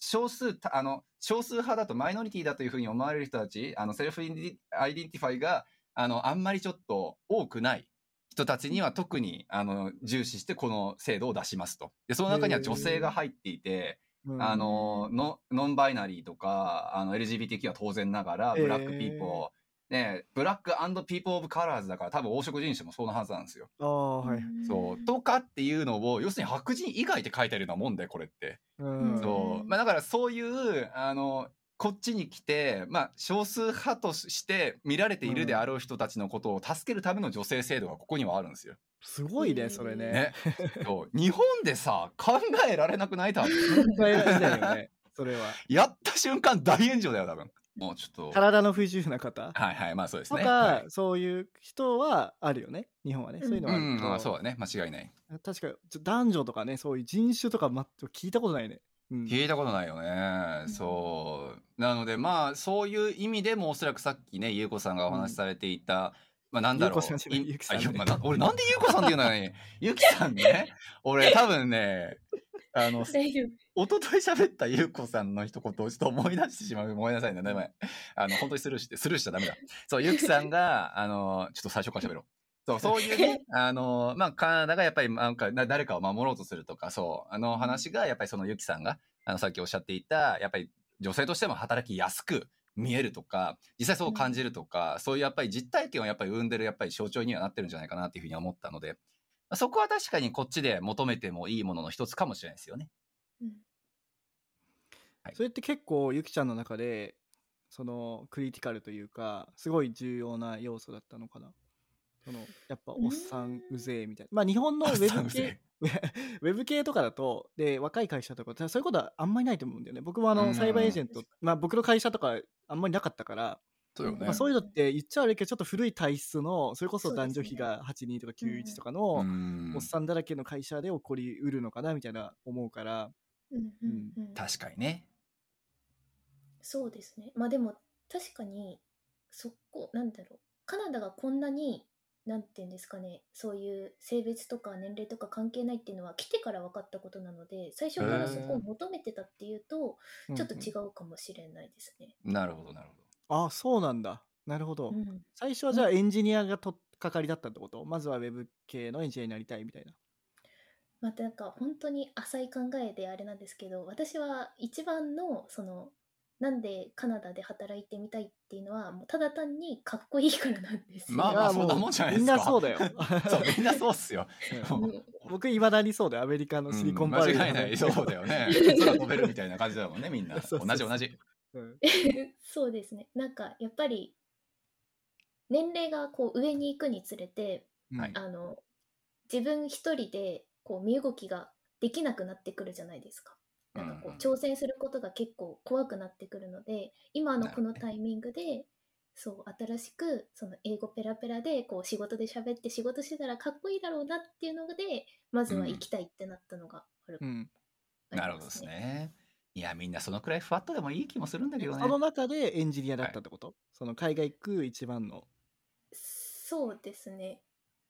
A: 少数た、あの、少数派だとマイノリティだというふうに思われる人たち、あの、セルフインディアイデンティファイが、あの、あんまりちょっと多くない人たちには特に、あの、重視してこの制度を出しますと。で、その中には女性が入っていて、
B: うん
A: あのノノンバイナリーとかあの LGBTQ は当然ながらブラックピーポー、ねブラックピーポー・オブ・カラーズだから多分黄色人種もそのはずなんですよ。
B: ああはい、
A: そうとかっていうのを要するに白人以外で書いてあるようなもんでこれって。
B: うん
A: そう
C: うん
A: まあ、だからそういうあのこっちに来て、まあ、少数派として見られているであろう人たちのことを助けるための女性制度がここにはあるんですよ。
B: すごいねそれね
A: ね、そう 日本でさ考えられなくない多分
B: 考えられない よねそれは
A: やった瞬間大炎上だよ多分もうちょっと
B: 体の不自由な方
A: はいはいまあそうです
B: と
A: ね。
B: か、
A: はい
B: そういう人はあるよね日本はねそういうの
A: う
B: はあるけど、
A: ん、まあそうだね間違いない。
B: 確かちょ男女とかねそういう人種とか、ま、聞いたことないね、うん
A: 聞いたことないよね、
C: うん
A: そうなのでまあそういう意味でもおそらくさっきね優子さんがお話しされていた、まあなんだろう
B: 優子さんじゃ
A: い
B: ないゆきさん
A: あいや
B: ね
A: まあな俺なんで優子さんっていうのにゆきさんね俺多分ねあの、
C: 大丈夫。
A: 一昨日喋ったゆうこさんの一言をちょっと思い出してしまう。ごめんなさいね、名前。あの、本当にスルーして、スルーしちゃ ダメだ。そう、ゆうきさんが、あの、ちょっと最初から喋ろう。そう、そういう ね、あの、まあ、カナダがやっぱりなんか、な誰かを守ろうとするとか、そう、あの話が、やっぱりそのゆきさんが、あの、さっきおっしゃっていた、やっぱり女性としても働きやすく見えるとか、実際そう感じるとか、そういうやっぱり実体験をやっぱり生んでる、やっぱり象徴にはなってるんじゃないかなっていうふうに思ったので、そこは確かにこっちで求めてもいいものの一つかもしれないですよね。
C: うん
B: それって結構ゆきちゃんの中でそのクリティカルというかすごい重要な要素だったのかなそのやっぱおっさんうぜえみたいなまあ日本のウェブ系ウェブ系とかだとで若い会社とかそういうことはあんまりないと思うんだよね僕もあ
A: う
B: の
A: ん
B: サイバーエージェント、まあ、僕の会社とかあんまりなかったから、
A: そうよね
B: まあ、そういうのって言っちゃ悪いけどちょっと古い体質のそれこそ
C: そうです
B: 男女
C: ね
B: 比が82とか91とか
A: う
B: の
A: ん
B: おっさんだらけの会社で起こりうるのかなみたいな思うから
C: うんうんうん
A: 確かにね。
C: そうですね。まあでも確かにそこなんだろうカナダがこんなになんていうんですかねそういう性別とか年齢とか関係ないっていうのは来てから分かったことなので最初からそこを求めてたっていうとちょっと違
B: う
C: うかもしれないですね。
A: なるほど、なるほど。
B: んあそうなんだなるほど、
C: うん
B: 最初はじゃあエンジニアがとっかかりだったってことまずはウェブ系のエンジニアになりたいみたいな。
C: またなんか本当に浅い考えであれなんですけど私は一番のそのなんでカナダで働いてみたいっていうのはもうただ単にかっこいいからなんですよ。
A: まあまあ
B: いや
A: そんなもんじゃないです
B: みん
A: か
B: なそうだよ。
A: そう、みんな そうっすよ。
B: うん
C: うん
B: 僕、いまだにそうだよ。アメリカの シリコンバレー
A: うん間違いない。そうだよ ね。空飛べるみたいな感じだもんね、みんな。
B: そうそうそう
A: 同じ同じ。
B: うん
C: そうですね。なんかやっぱり年齢がこう上に行くにつれて、
A: はい
C: あの自分一人でこう身動きができなくなってくるじゃないですか。なんかこう挑戦することが結構怖くなってくるので、今のこの
A: なるほどね
C: タイミングで、そう新しくその英語ペラペラでこう仕事で喋って仕事してたらかっこいいだろうなっていうので、まずは行きたいってなったのがある。
B: うん
A: なるほどです。ね。いや、みんなそのくらいふわっとでもいい気もするんだけどね
B: そ。の中でエンジニアだったってこと、その海外行く一番の。
C: そうですね。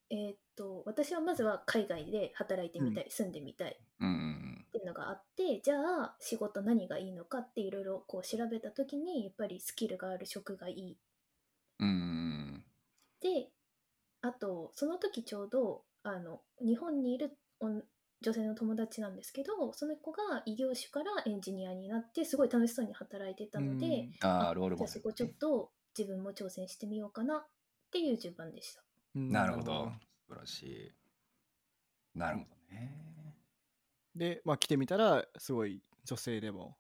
C: えーっと、私はまずは海外で働いてみたい、住んでみたいっ
A: うんうん
C: ていうのがあって、じゃあ仕事何がいいのかっていろいろこう調べたときに、やっぱりスキルがある職がいい。
A: うん。うん
C: で、あと、その時ちょうど、あの、日本にいる女女性の友達なんですけど、その子が異業種からエンジニアになって、すごい楽しそうに働いてたので、
A: うん。ああ、
C: あ
A: ロール
C: じ
A: モ
C: ゃあ
A: デ
C: そ
A: ル。
C: こちょっと自分も挑戦してみようかなっていう順番でした。
B: うん、うん
A: なるほど。素晴らしい。なるほどね。
B: で、まあ、来てみたら、すごい女性でも、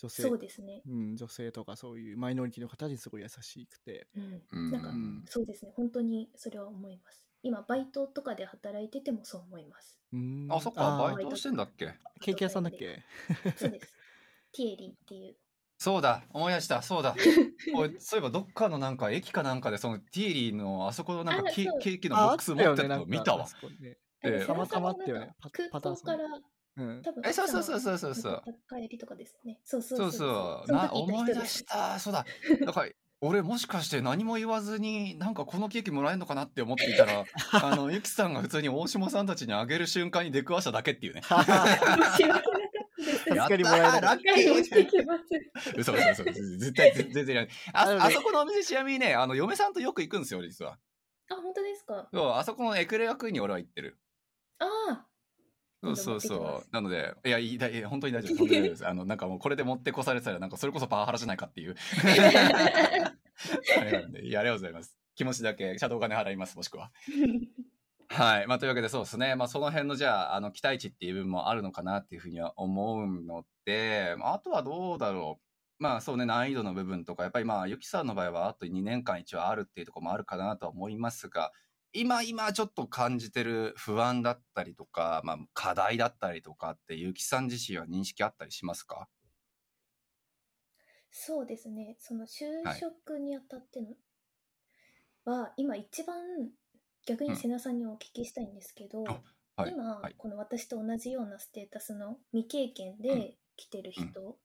B: 女性
C: そうですね。
B: うん、女性とかそういうマイノリティの方にすごい優しくて。
C: うん
A: うん
C: なんか
B: うん
C: そうですね、本当にそれは思います。今、バイトとかで働いててもそう思います。
B: うん
A: あ、そっ
B: あ
A: か、
B: ー
A: バイトしてんだっけ
B: ケーキ屋さんだっけ
C: そう です。ティエリーっていう。
A: そうだ、思い出した、そうだ。おいそういえば、どっかのなんか駅かなんかで、そのティーリーのあそこのなんか
C: あ
A: ケ
C: そう
A: ケーキのボ
B: ああ
A: ッ
B: っ
A: クス
B: た
A: 持っ
B: よ
A: てる
B: ねなん
A: の
B: か
A: 見たわ
B: あ。そこね
A: ええ
C: あの
B: たまたまっていうね
C: なんか
B: パ
C: 空
B: パターン
C: 港
B: さん
C: から、
B: うん
C: 多分
A: え、そうそうそうそううそうそう。
C: 帰りとかですね。そうそう
A: そうそう。な、思い出し。た。そうだ。だから、俺もしかして何も言わずに、なんかこのケーキもらえるのかなって思っていたら、あの、ゆきさんが普通に大下さんたちにあげる瞬間に出くわしただけっていうね。
C: その時でした面白くなか
B: 助
C: ったです。
A: やっ
B: か
A: た
B: りもらえな
A: ー
B: かった
A: ラッキ
C: 理解をして
A: ー
C: き ます。
A: 嘘嘘嘘絶対全然いらない
B: あのね
A: ああそこのお店ちなみにねあの嫁さんとよく行くんですよ俺実は
C: あ、本当ですか。
A: そうあそこのエクレア食いに俺は行ってる
C: ああ、
A: そうそうそ
C: 今度持ってき
A: う。なので、いや、いいだいや本当に大丈夫、本当に大丈夫です。あの、なんかもうこれで持ってこされてたら、なんかそれこそパワハラじゃないかっていう。 あれなんで、いや、ありがとうございます。気持ちだけ、シャドウお金払います、もしくは。はい。まあ、というわけでそうですね。まあ、その辺の、じゃあ、あの、期待値っていう部分もあるのかなっていうふうには思うので、まああとはどうだろう。まあ、そうね、難易度の部分とか、やっぱりまあ、ゆきさんの場合は、あと2年間一応あるっていうところもあるかなとは思いますが、今今ちょっと感じてる不安だったりとか、まあ、課題だったりとかって結城さん自身は認識あったりしますか
C: そうですね、その就
A: はい
C: 職にあたってのは、今一番逆
A: うん
C: に瀬名さんにお聞きしたいんですけど、
A: あはい
C: 今、
A: はい
C: この私と同じようなステータスの未経験で来てる人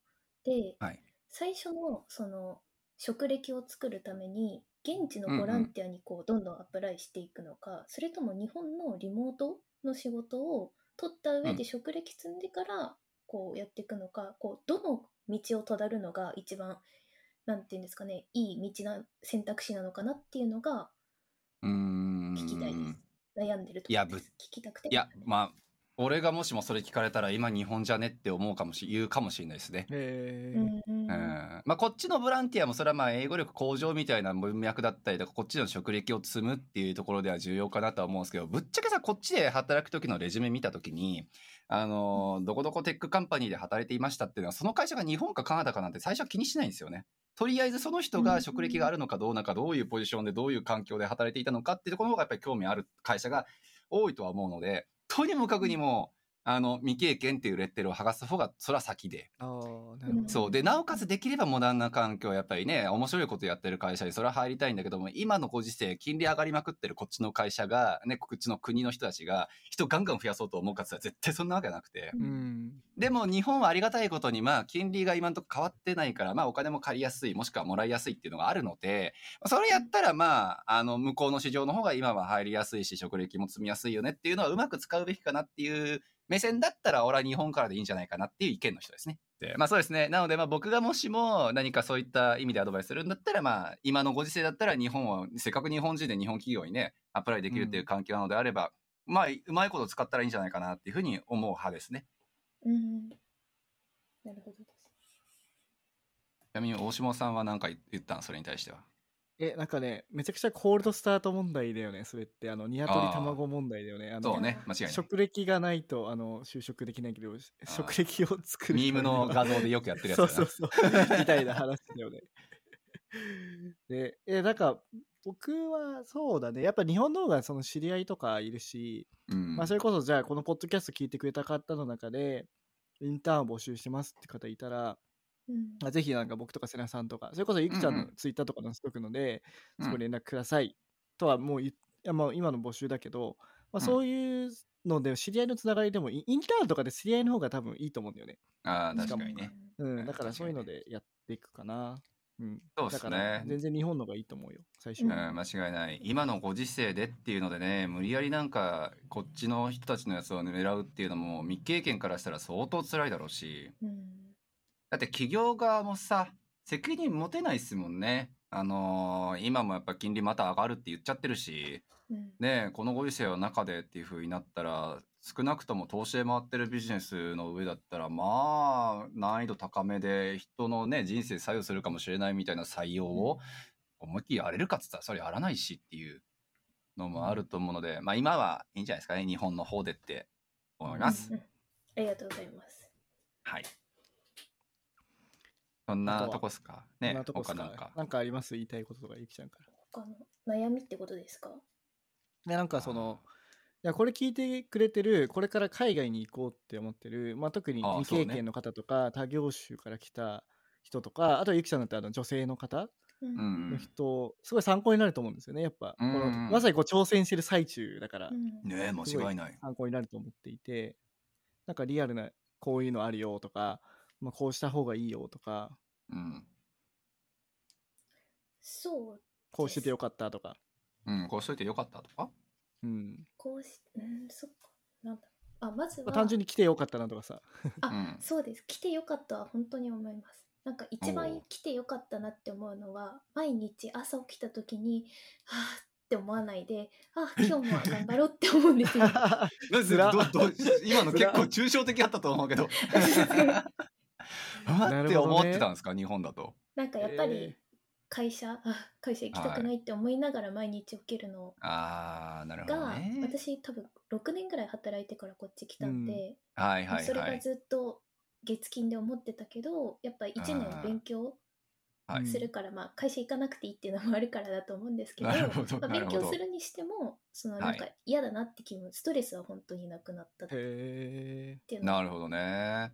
C: で、
A: はい
C: 最初のその職歴を作るために現地のボランティアにこうどんどんアプライしていくのか、それとも日本のリモートの仕事を取った上
A: う
C: で職歴積んでからこうやっていくのか、こうどの道をたどるのが一番なんていうんですかねいい道な選択肢なのかなっていうのが
A: うーん
C: 聞きたいです。悩んでるところです
A: いやぶ
C: 聞きたくて
A: いやまあ俺がもしもそれ聞かれたら今日本じゃねって思うかもし言うかもしれないですね。
B: え
C: う
B: ー
C: んうん
A: う
C: うん
A: んまあ、こっちのボランティアもそれはまあ英語力向上みたいな文脈だったりとかこっちの職歴を積むっていうところでは重要かなとは思うんですけどぶっちゃけさこっちで働く時のレジュメ見た時にあのどこどこテックカンパニーで働いていましたっていうのはその会社が日本かカナダかなんて最初は気にしないんですよね。とりあえずその人が職歴があるのかどうなのかどういうポジションでどういう環境で働いていたのかっていうところの方がやっぱり興味ある会社が多いとは思うのでとにもかくにもあの未経験っていうレッテルを剥がす方がそれは先で。
B: あーなるほど
A: そうでなおかつできればモダンな環境やっぱりね面白いことやってる会社にそれは入りたいんだけども今のご時世金利上がりまくってるこっちの会社がねこっちの国の人たちが人ガンガン増やそうと思うかつは絶対そんなわけなくて
C: う
B: うん
A: でも日本はありがたいことにまあ金利が今のとこ変わってないからまあお金も借りやすいもしくはもらいやすいっていうのがあるのでそれやったらまああの向こうの市場の方が今は入りやすいし職歴も積みやすいよねっていうのはうまく使うべきかなっていう目線だったら俺は日本からでいいんじゃないかなっていう意見の人ですね。でまあそうですね。なのでまあ僕がもしも何かそういった意味でアドバイスするんだったらまあ今のご時世だったら日本をせっかく日本人で日本企業にねアプライできるっていう環境なのであれば、まあうまいこと使ったらいいんじゃないかなっていうふうに思う派ですね。
C: うんなるほどです
A: ちなみに大島さんは何か言ったんそれに対しては。
B: え、なんかね、めちゃくちゃコールドスタート問題だよね、それって。あの、ニワトリ
A: あー
B: 卵問題だよね。あの
A: そうね、間違いない。
B: 職歴がないと、あの、就職できないけど、
A: ー
B: 職歴を作る。
A: ミームの画像でよくやってるやつだ
B: そ
A: な。
B: う そうそう。みたいな話だよね。 で、え、なんか、僕はそうだね。やっぱ日本の方がその知り合いとかいるし、
A: うん
B: まあそれこそじゃあこのポッドキャスト聞いてくれた方の中で、インターンを募集してますって方いたら、
C: うん
B: あぜひなんか僕とか瀬名さんとか、それこそゆきちゃん
A: うん
B: の
A: う
B: ツイッターとか載せとくので、
A: うん
B: そこに連絡くださいとはもう言っいやまあ今の募集だけど、
A: う
B: まあ、
A: ん
B: そういうので知り合いのつながりでもいい、インターンとかで知り合いの方が多分いいと思うんだよね。
A: ああ、
B: し
A: 確
B: かも
A: かにね。
B: う、
A: うんん
B: だから
A: 確か
B: そうい
A: に
B: う
A: ね
B: のでやっていくかな。うん、
A: そうで
B: だ
A: す
B: から
A: ね。
B: 全然日本の方がいいと思うよ、最初
A: うん、
B: は。
A: 間違いない。今のご時世でっていうのでね、無理やりなんか、こっちの人たちのやつを狙うっていうのも、未経験からしたら相当辛いだろうし、
C: うん
A: だって企業側もさ、責任持てないっすもんね。あのー今もやっぱ金利また上がるって言っちゃってるし、
C: うん
A: ねえこのご時世の中でっていう風になったら少なくとも投資で回ってるビジネスの上だったらまあ難易度高めで人のね人生左右するかもしれないみたいな採用を思いっきりやれるかっつったらそれやらないしっていうのもあると思うのでまあ今はいいんじゃないですかね日本の方でって思います。
C: うんありがとうございます
A: はいそん
B: あと
A: な
B: は
A: とこっすか
B: そん
A: ね
B: なとこっす
A: 他
B: か
A: なんか。
B: なんかあります言いたいこととか、ゆきちゃんから。
C: 他の悩みってことですか
B: でなんかその、いやこれ聞いてくれてるこれから海外に行こうって思ってる、まあ、特に
A: ああ
B: 未
A: そうね
B: 経験の方とか、多業種から来た人とかあとはゆきちゃんだってあの女性の方
A: う
C: う
A: ん
B: の人、すごい参考になると思うんですよねやっぱ、
A: うん
B: このまさにこう挑戦してる最中だから、
C: うん
A: ねえ間違いない。
B: 参考になると思っていてなんかリアルなこういうのあるよとか、まあ、こうした方がいいよとか
A: うん
C: そう
B: こうしててよかったとか、
A: うん、こうしといてよかったとか
B: うん、
C: こうし、うん、そっか。なんだ。あ、まず
B: ま
C: は、
B: あ単純に来てよかったなとかさ、
C: あ
A: うん
C: そうです。来てよかったは本当に思います。なんか一
A: おう
C: 番来てよかったなって思うのは、毎日朝起きた時に、はぁって思わないで、あ、今日も頑張ろうって思う んですよ。
A: な
B: ずら
A: どど今の結構
B: ずら
A: 抽象的だったと思うけど。あって思ってたんですか、日本だと。
C: なんかやっぱ
B: えー
C: り会社、あ会社行きたくないって思いながら毎日起きるの
A: ああ、なるほ
C: が、
A: どね。
C: 私多分6年ぐらい働いてからこっち来たんで、
B: うん
A: はいはい
C: それ
A: は
C: が
A: い。
C: ずっと月金で思ってたけど、やっぱ1
A: あー
C: 年勉強
A: はい
B: うん
C: するから、まあ、会社行かなくていいっていうのもあるからだと思うんですけど
A: なるほど
C: まあ、
A: なる
C: 勉
A: ほど
C: 強するにしてもその
A: はい
C: なんか嫌だなって気分、ストレスは本当になくなったって
B: へえ
C: いうの
A: な
C: は
A: るほどね。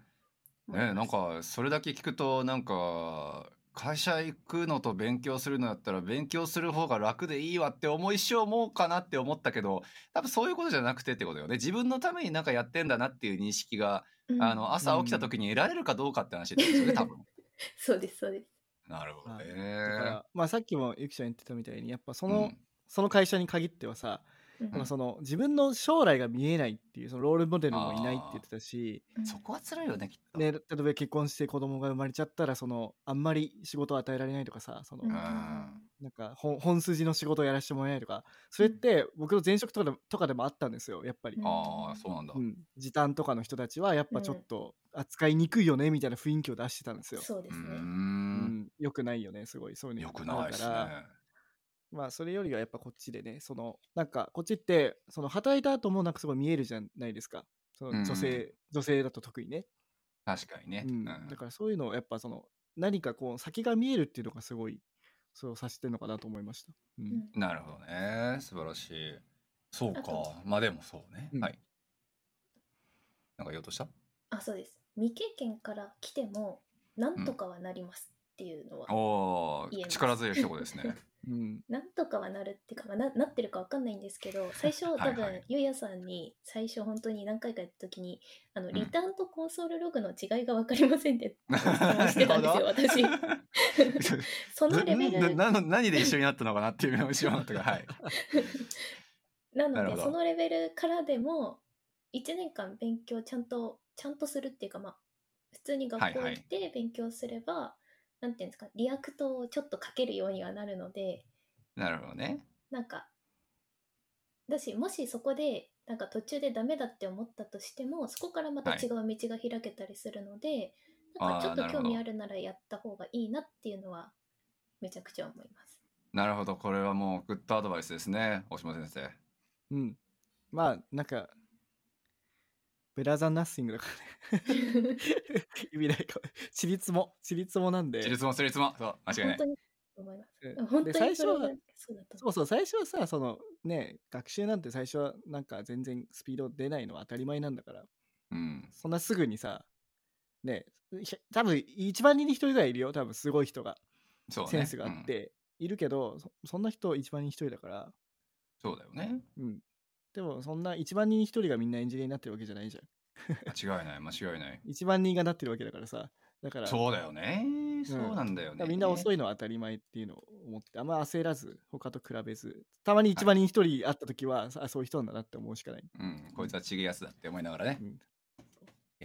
C: 思い
A: ね、な
C: ま
A: ん
C: す
A: かそれだけ聞くとなんか会社行くのと勉強するのやったら勉強する方が楽でいいわって思いし思うかなって思ったけど多分そういうことじゃなくてってことよね自分のためになんかやってんだなっていう認識が、
C: うん
A: あの朝起きた時に得られるかどうかって話ですよね多分
C: そうですそうです
A: なるほどね、
B: だから、まあ、さっきもゆきちゃん言ってたみたいにやっぱその、
A: うん
B: その会社に限ってはさ
C: うん
B: まあその自分の将来が見えないっていうそのロールモデルもいないって言ってたし、
C: うん
A: そこは辛いよねきっと、
B: ね、例えば結婚して子供が生まれちゃったらそのあんまり仕事を与えられないとかさその、
C: うん
B: なんか本本筋の仕事をやらせてもらえないとかそれって僕の前職とかでとかでもあったんですよやっぱり、
C: うん
A: ああそうなんだ、
B: うん時短とかの人たちはやっぱちょっと扱いにくいよねみたいな雰囲気を出してたんですよ、
C: そうですね。
B: うんよくないよねすごいそういうの
A: よくないです
B: だ
A: ね
B: からまあそれよりはやっぱこっちでねそのなんかこっちってその働いた後もなんかすごい見えるじゃないですかその女性、女性だと特にね、
A: 確かにね、
B: うんだからそういうのをやっぱその何かこう先が見えるっていうのがすごいそれを指してるのかなと思いました、うん
C: うん
A: なるほどね素晴らしいそうか
C: あと
A: まあでもそうね、
B: うん
A: はいなんか言おうとした
C: あ、そうです。未経験から来ても、なんとかはなりますっていうのは、
A: お
C: 言え
A: ー
C: ます
A: 力強い一言ですね
B: うん
C: なんとかはなるっていうか、まあ、ななってるかわかんないんで すけど最初
A: はいはい
C: 多分ゆうやさんに最初本当に何回かやった時にあの
A: ん
C: リターンとコンソールログの違いが分かりませ んって質問してたんですよ私そのレベル
A: ななな何で一緒になったのかなっていうのを知らなかったから はい
C: な
A: なる
C: の
A: ほど
C: でそのレベルからでも1年間勉強ちゃんとちゃんとするっていうかまあ普通に学校
A: はいはい
C: 行って勉強すれば、なんていうんですかリアクトをちょっと書けるようにはなるので
A: なるほどね
C: なんかだしもしそこでなんか途中でダメだって思ったとしてもそこからまた
A: はい
C: 違う道が開けたりするので、なん
A: あー
C: かちょ
A: な
C: っと
A: るほ
C: 興
A: ど
C: 味あるならやった方がいいなっていうのはめちゃくちゃ思います。
A: なるほどこれはもうグッドアドバイスですね大島先生
B: うん、まあなんかブラザーナッシングだからね 意味ないかもちりつもちりつもなんで
A: 自立もすりつもそう間違いな
C: 本
A: い
C: 当に思います。
B: うん
C: 本
B: で
C: 当
B: 最
C: に
B: 初
C: それは
B: は
C: そうだと
B: そうそう最初はさそのね学習なんて最初はなんか全然スピード出ないのは当たり前なんだから
A: うん
B: そんなすぐにさねひ多分1万人に1人ぐらいいるよ多分すごい人が、
A: そうね
B: センスがあっ、て、いるけどそそんな人1万人1人だから
A: うんそうだよね
B: うんでもそんな1万人に1人がみんなエンジニアになってるわけじゃないじゃん
A: 間違いない間違い ない
B: 1万人がなってるわけだからさだから
A: そうだよねそうなんだよ
B: だ
A: ね、
B: からみんな遅いのは当たり前っていうのを思ってあんま焦らず他と比べずたまに1万人1人会った時は、あそういう人なんだなって思うしかない、
A: うん、こいつはちげえやつだって思いながらね
B: う。ん
A: い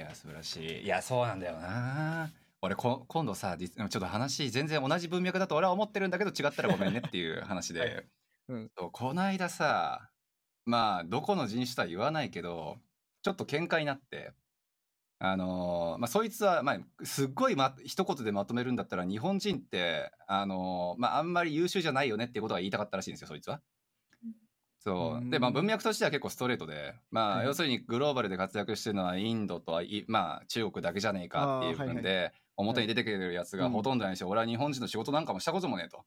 A: や、素晴らしい。いや、そうなんだよな。俺こ、今度さ、実ちょっと話、全然同じ文脈だと俺は思ってるんだけど、違ったらごめんねっていう話で。
B: はいうん
A: そうこの間さ、まあ、どこの人種とは言わないけど、ちょっと喧嘩になって、あのーまあ、そいつは、まあ、すっごい、ま、一言でまとめるんだったら、日本人って、あのーまあ、あんまり優秀じゃないよねってことが言いたかったらしいんですよ、そいつは
C: うん。
A: そうう。
B: ん
A: で、まあ、文脈としては結構ストレートで、ま
B: は
A: あ、
B: い
A: 要するにグローバルで活躍してるのはインドとはい、まあ、中国だけじゃねえかっていう
B: あーはい
A: 分で、表に出てくるやつがほとんどないし、俺は日本人の仕事なんかもしたこともねえと。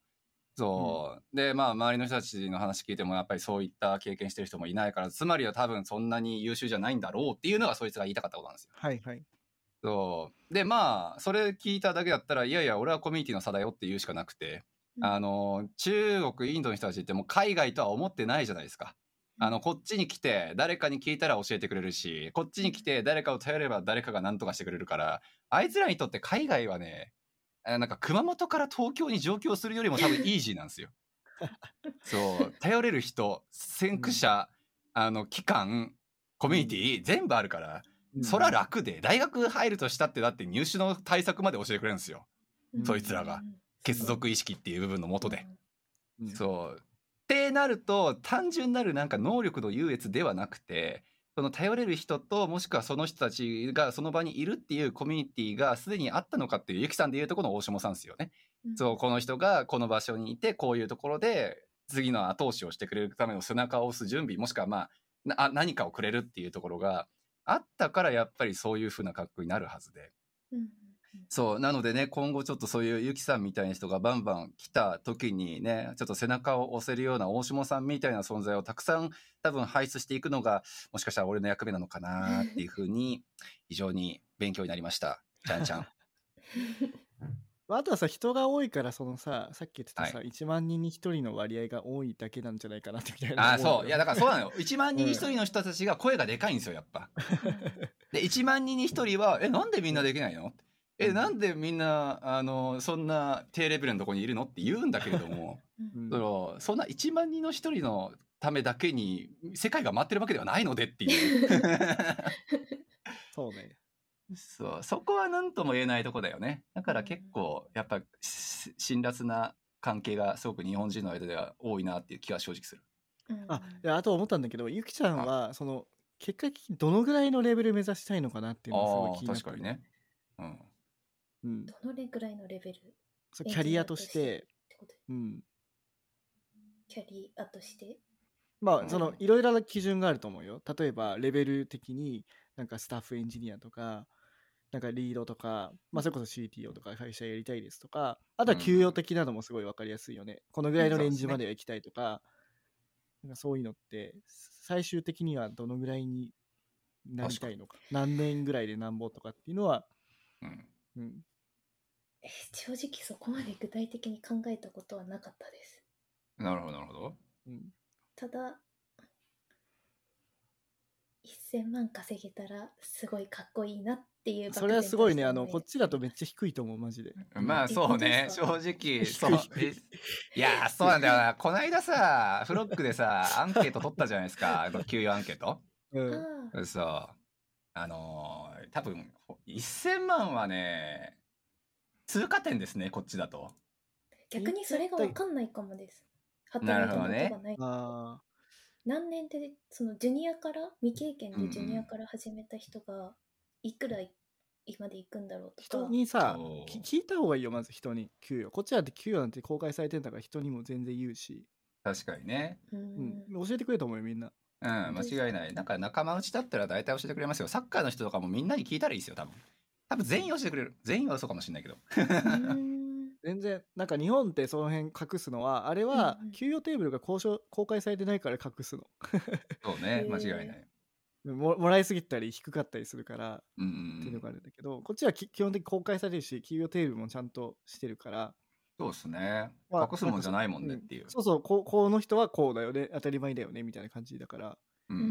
A: そう。で、まあ、周りの人たちの話聞いても、やっぱりそういった経験してる人もいないから、つまりは多分そんなに優秀じゃないんだろうっていうのがそいつが言いたかったことなんですよ。
B: はいはい
A: そう。で、まあ、それ聞いただけだったら、いやいや、俺はコミュニティの差だよって言うしかなくて、
C: うん
A: あの、中国、インドの人たちってもう海外とは思ってないじゃないですか。あの、こっちに来て、誰かに聞いたら教えてくれるし、こっちに来て、誰かを頼れば誰かが何とかしてくれるから、あいつらにとって海外はね、あなんか熊本から東京に上京するよりも 多分イージーなんですよ。そう、頼れる人、先駆者、あの、機関、コミュニティ、全部あるから、そら楽で、大学入るとしたって、だって入試の対策まで教えてくれるんですよ。
C: うん
A: そいつらが血族意識っていう部分のもとで。。
B: うん
A: そう。ってなると単純なるなんか能力の優越ではなくてその頼れる人ともしくはその人たちがその場にいるっていうコミュニティがすでにあったのかっていうゆきさんでいうとこの大下さんですよね。
C: うん
A: そうこの人がこの場所にいてこういうところで次の後押しをしてくれるための背中を押す準備もしくはまあなあ何かをくれるっていうところがあったからやっぱりそういう風な格好になるはずで。
C: うん
A: そう。なのでね、今後ちょっとそういうゆきさんみたいな人がバンバン来た時にね、ちょっと背中を押せるような大下さんみたいな存在をたくさん多分輩出していくのが、もしかしたら俺の役目なのかなっていうふうに、非常に勉強になりました。ちゃんちゃ ん。
B: まああとはさ人が多いからそのささっき言ってたさ、1万人に1人の割合が多いだけなんじゃないかなってみたいな
A: ああ、そう。いや、だからそう
B: う
A: なのよ。1万人に1人の人たちが声がでかいんですよ、やっぱ。で、1万人に1人は、え、なんでみんなできないのえ、なんでみんな、あの、そん な低レベルのとこにいるのって言うんだけれども、
C: うん
B: うん
A: そのそんな1万人の1人のためだけに世界が待ってるわけではないのでっていう
B: そうね。
A: そう そこは何とも言えないとこだよねだから結構やっぱし辛辣な関係がすごく日本人の間では多いなっていう気が正直する
C: うん
B: あ、いやあと思ったんだけど、ゆきちゃんは、その、結果的にどのぐらいのレベル目指したいのかなっていうのがすごい気
A: あ
B: に
A: あ
B: なっ
A: 確
B: て
A: かにね、うん、
B: うん、
C: どのぐらいのレベルっ
B: そうキャリアとして、
C: てこと
B: うん、
C: キャリアとして
B: ま
A: う
B: あ
A: ん
B: そのいろいろな基準があると思うよ例えばレベル的になんかスタッフエンジニアとかなんかリードとか、まあ、それこそ CTO とか会社やりたいですとかあとは給与的なのもすごい分かりやすいよね、このぐらいのレンジまでは行きたいとかなんかそういうのって最終的にはどのぐらいになりたいのか何年ぐらいでなんぼとかっていうのは、
A: うん、
B: うん、
C: え正直そこまで具体的に考えたことはなかったです
A: なるほどなるほど
B: うん、
C: ただ1000万稼げたらすごいかっこいいなっていう漠然とした
B: それはすごいねあ
C: 思
B: の
C: で
B: こっちだとめっちゃ低いと思うマジで
A: まあそう ね
C: え
A: 正
C: 本
A: 直
B: です
A: そ
B: か
A: う
B: 低い低
A: いやーそうなんだよなこないださフロックでさアンケート取ったじゃないですか 給与アンケート
B: うん、
C: ああ
A: 嘘あのー多分1000万はね通過点ですねこっちだと
C: 逆にそれが分かんないかもです働いたことが
A: な
C: な
A: る
C: い
A: ほど
B: ああ
C: 何年でそのジュニアから未経験でジュニアから始めた人がいくら今で行くんだろうとか
B: 人にさ
A: そう
B: き聞いた方がいいよまず人に給与こっちだって給与なんて公開されてんだから人にも全然言うし、
A: 確かにね
C: う
B: うん
C: ん、
B: 教えてくれと思うよみんな
A: うん間違いないなんか仲間内だったら大体教えてくれますよサッカーの人とかもみんなに聞いたらいいですよ多分多分全員教えてくれる全員は嘘かもしれないけど
C: うん
B: 全然なんか日本ってその辺隠すのはあれは
C: うんうん
B: 給与テーブルが交渉公開されてないから隠すの
A: そうね
C: へー
A: 間違いない
B: ももらいすぎたり低かったりするから
A: うん
B: っていう
A: う
B: の
A: ん
B: があるんだけど、こっちはき基本的に公開されるし給与テーブルもちゃんとしてるから
A: そうですね
B: まあ
A: 隠すもんじゃないもんねっていう
B: そうそうこうこの人はこうだよね当たり前だよねみたいな感じだから
A: うん
C: う
A: うん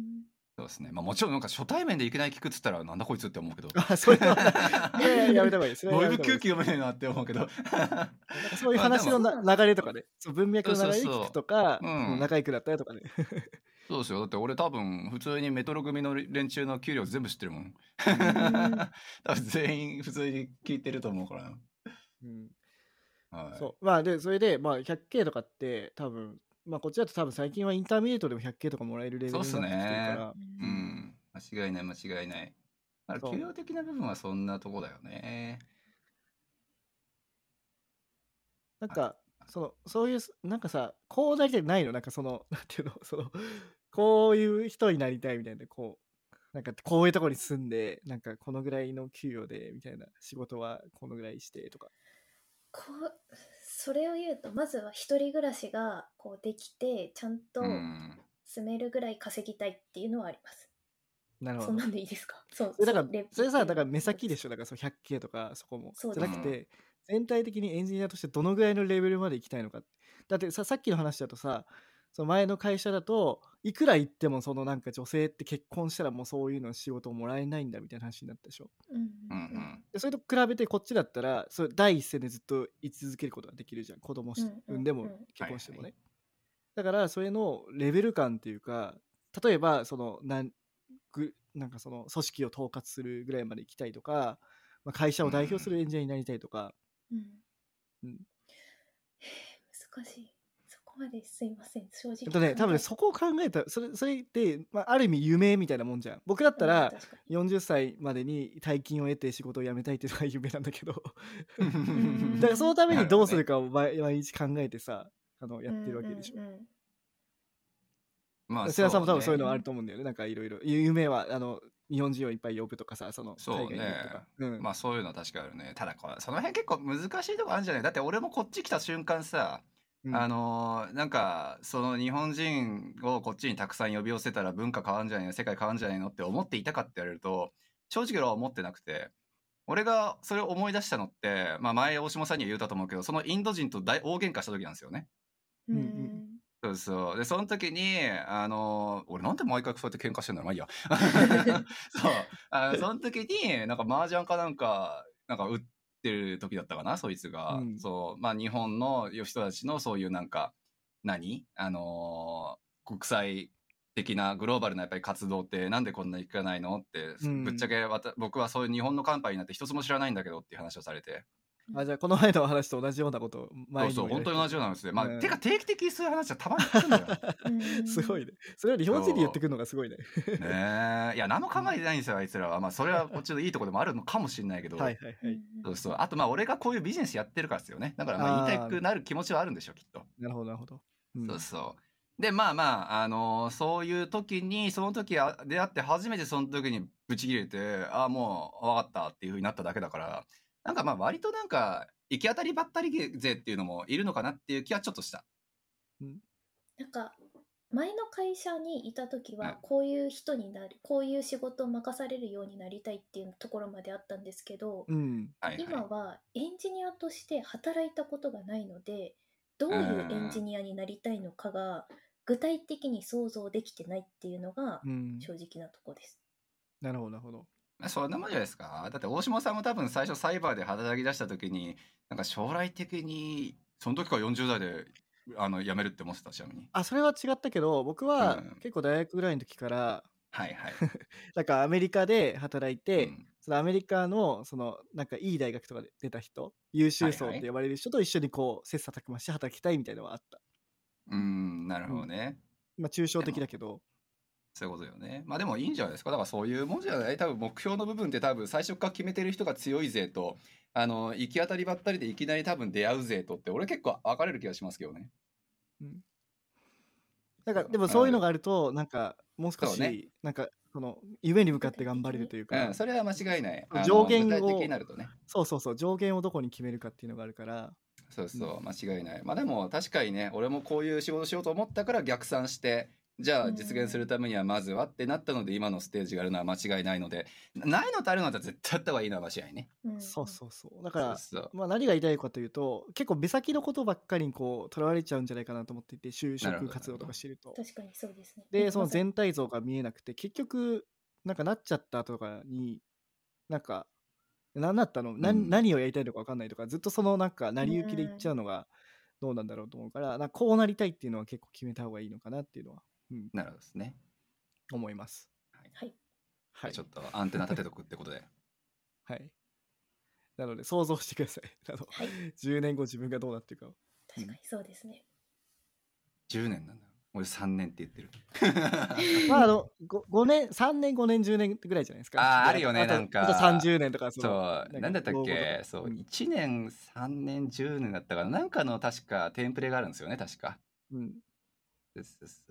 C: ん
A: そうですねまあもちろんなんか初対面でいきなり聞くっつったらなんだこいつって思うけど
B: あそういうの はいやいややめた方がいいです
A: だいぶ空気読めねえなって思うけど
B: なんかそういう話の
C: あで
B: な流れとかね、そう文脈の流れで
A: そうそうそう
B: 聞くとか、
A: うん
B: その仲良くなったりとかね。
A: そうですよ。だって俺多分普通にメトロ組の連中の給料全部知ってる もん。多分全員普通に聞いてると思うから
B: うん
A: な。はい、
B: そうまあでそれで、まあ、100K とかって多分、まあ、こっちだと多分最近はインターミネートでも 100K とかもらえるレベルになってきてるから
A: う。ん。間違いない間違いない。だか
B: そ
A: ら
B: う
A: 給料的な部分はそんなとこだよね。
B: なんかそのそういうなんかさこうなりたくないのなんかその なんていうのそのこういう人になりたいみたいなこうなんかこういうところに住んでなんかこのぐらいの給与でみたいな仕事はこのぐらいしてとか
C: こうそれを言うとまずは一人暮らしがこうできてちゃんと
A: うん。
C: 住めるぐらい稼ぎたいっていうのはあります、
B: なる
C: そんなんでいいですかそう
B: えだから
C: うレ
B: それさだから目先でしょだからその 100K とかそこも
C: そう
B: じ
C: で
B: ゃ
C: す
B: なくて全体的にエンジニアとしてどのぐらいのレベルまで行きたいのかだってささっきの話だとさその前の会社だといくら行ってもそのなんか女性って結婚したらもうそういうの仕事をもらえないんだみたいな話になったでしょ
C: うん
A: う
C: うん
A: うんん。
B: でそれと比べてこっちだったらそれ第一線でずっと居続けることができるじゃん子供し
C: うんうんうん
B: 産んでも結婚してもね、だからそれのレベル感っていうか例えばそのなんぐなんかその組織を統括するぐらいまで行きたいとか、まあ、会社を代表するエンジニアになりたいとか、
C: うん
B: うん
C: 難しいそこまですいません正直
B: えっとね多分ねそこを考えたそれそれって、まあ、ある意味夢みたいなもんじゃん僕だったら40歳までに大金を得て仕事を辞めたいっていうのが夢なんだけど
C: ん
B: だからそのためにどうする
A: か。
B: かを毎毎日考えてさあのやってるわけでしょ。
C: ょ、うんうんうん
A: まあ、
B: 世良さんも多分そういう
A: ね
B: のはあると思うんだよね。なんかいろいろ夢はあの日本人をいっぱい呼ぶとかさ、その
A: そうね
B: 海外に行くとか。うん
A: まあそういうのは確かあるね。ただこれ、その辺結構難しいとこあるんじゃないだって俺もこっち来た瞬間さ、
B: うん
A: あのーなんかその日本人をこっちにたくさん呼び寄せたら文化変わんじゃないの世界変わんじゃないのって思っていたかって言われると正直俺は思ってなくて俺がそれを思い出したのって、まあ、前大島さんには言うたと思うけどそのインド人と大大喧嘩した時なんですよね。
B: うんうん
A: そうそうでその時にあのー俺なんで毎回そうやって喧嘩してんだろうまあいい や そうあのその時になんか麻雀かなんかなんか打ってる時だったかなそいつが、
B: うん
A: そうまあ日本の人たちのそういうなんか何あの国際的なグローバルなやっぱり活動ってなんでこんなにいかないのって、
B: うん
A: ぶっちゃけわた僕はそういう日本のカンパニーなんて一つも知らないんだけどっていう話をされて
B: あじゃあこの前のお話と同じようなことを
A: そ
B: 前
A: う
B: に
A: そう本当に同じようなんですねまあ、
B: うん
A: てか定期的にそういう話はたまに聞くんだよ
C: う ん
B: すごいね。それを日本人で言ってくるのがすごいね。
A: ねえいや何も考えてないんですよあいつらはまあそれはこっちのいいとこでもあるのかもしれないけど、
B: はいはいは
C: うん
B: い。
C: うん
A: そうそうあとまあ俺がこういうビジネスやってるからですよねだからまあ言いたくなる気持ちはあるんでしょうきっと
B: なるほどなるほど。うん
A: そうそう。で、まあまあ、あのーそういう時に、その時あ出会って初めてその時にブチ切れて、ああ、もう、わかったっていう風になっただけだから、なんかまあ割となんか、行き当たりばったり勢っていうのもいるのかなっていう気はちょっとした。
C: なんか前の会社にいた時
A: うん
C: はこういう人になるこういう仕事を任されるようになりたいっていうところまであったんですけど、
B: うん。
A: はい、はい。
C: 今はエンジニアとして働いたことがないのでどういうエンジニアになりたいのかが具体的に想像できてないっていうのが
B: うん。
C: 正直なとこです。
B: なるほどなるほど。
A: まあそんなもんじゃないですか。だって大島さんも多分最初サイバーで働き出した時に、なんか将来的に、その時から40代で、あの、辞めるって思ってた、ちなみに。
B: あそれは違ったけど僕は
A: うん
B: 結構大学ぐらいの時から
A: はい はい。
B: なんかアメリカで働いて、
A: うん
B: そのアメリカのそのなんかいい大学とかで出た人優秀層って呼ばれる人と一緒にこう切磋琢磨して働きたいみたいなのはあった。
A: うん、なるほどね。
B: まあ抽象的だけど。
A: そういうことよね。まあでもいいんじゃないですか。だからそういうもんじゃない多分目標の部分って多分最初から決めてる人が強い勢と、あの、行き当たりばったりでいきなり多分出会う勢とって、俺結構分かれる気がしますけどね。
B: なんかでもそういうのがあるとなんかもう少
A: そうね
B: しなんかその夢に向かって頑張れるという
A: う
B: か
A: ん、それは間違いない。あの
B: 上限を
A: 具体的になるとね。
B: そうそうそう上限をどこに決めるかっていうのがあるから
A: そうそう、間違いない。まあでも確かにね、俺もこういう仕事しようと思ったから逆算して、じゃあ実現するためにはまずはってなったので今のステージがあるのは間違いないので、ないのとあるのとは絶対あった方がいいのは間違いね。
C: うん
B: そうそうそうだから
A: そうそう
B: まあ、何が言いたいかというと結構目先のことばっかりにこうとらわれちゃうんじゃないかなと思っていて就
A: なるほ
B: 職
A: ど
B: 活動とかしてると
C: 確かにそうで すね。
B: でその
C: まさに
B: 全体像が見えなくて結局なんかなっちゃったとかになんか何だったの、な
A: うん
B: 何をやりたいのか分かんないとかずっとそのなんか成り行きでいっちゃうのがどうなんだろうと思うからなんかこうなりたいっていうのは結構決めた方がいいのかなっていうのは
A: なるほどですね。
B: 思います
C: はい。
B: はい
A: ちょっとアンテナ立てとくってことで。
B: はいなので想像してくださいあの
C: はい。
B: 10年後自分がどうなって るかを
C: 確かにそうですね。
A: 10年なんだ俺3年って言ってる
B: まああの 5, 年3年5年10年ぐらいじゃないですか。
A: あー
B: で
A: あるよね
B: と
A: なんか
B: あと30年とか
A: そ
B: の
A: うなんだったっけそう
B: うん
A: 1年3年10年だったかななんかの確かテンプレがあるんですよね確か
B: うん
A: ですです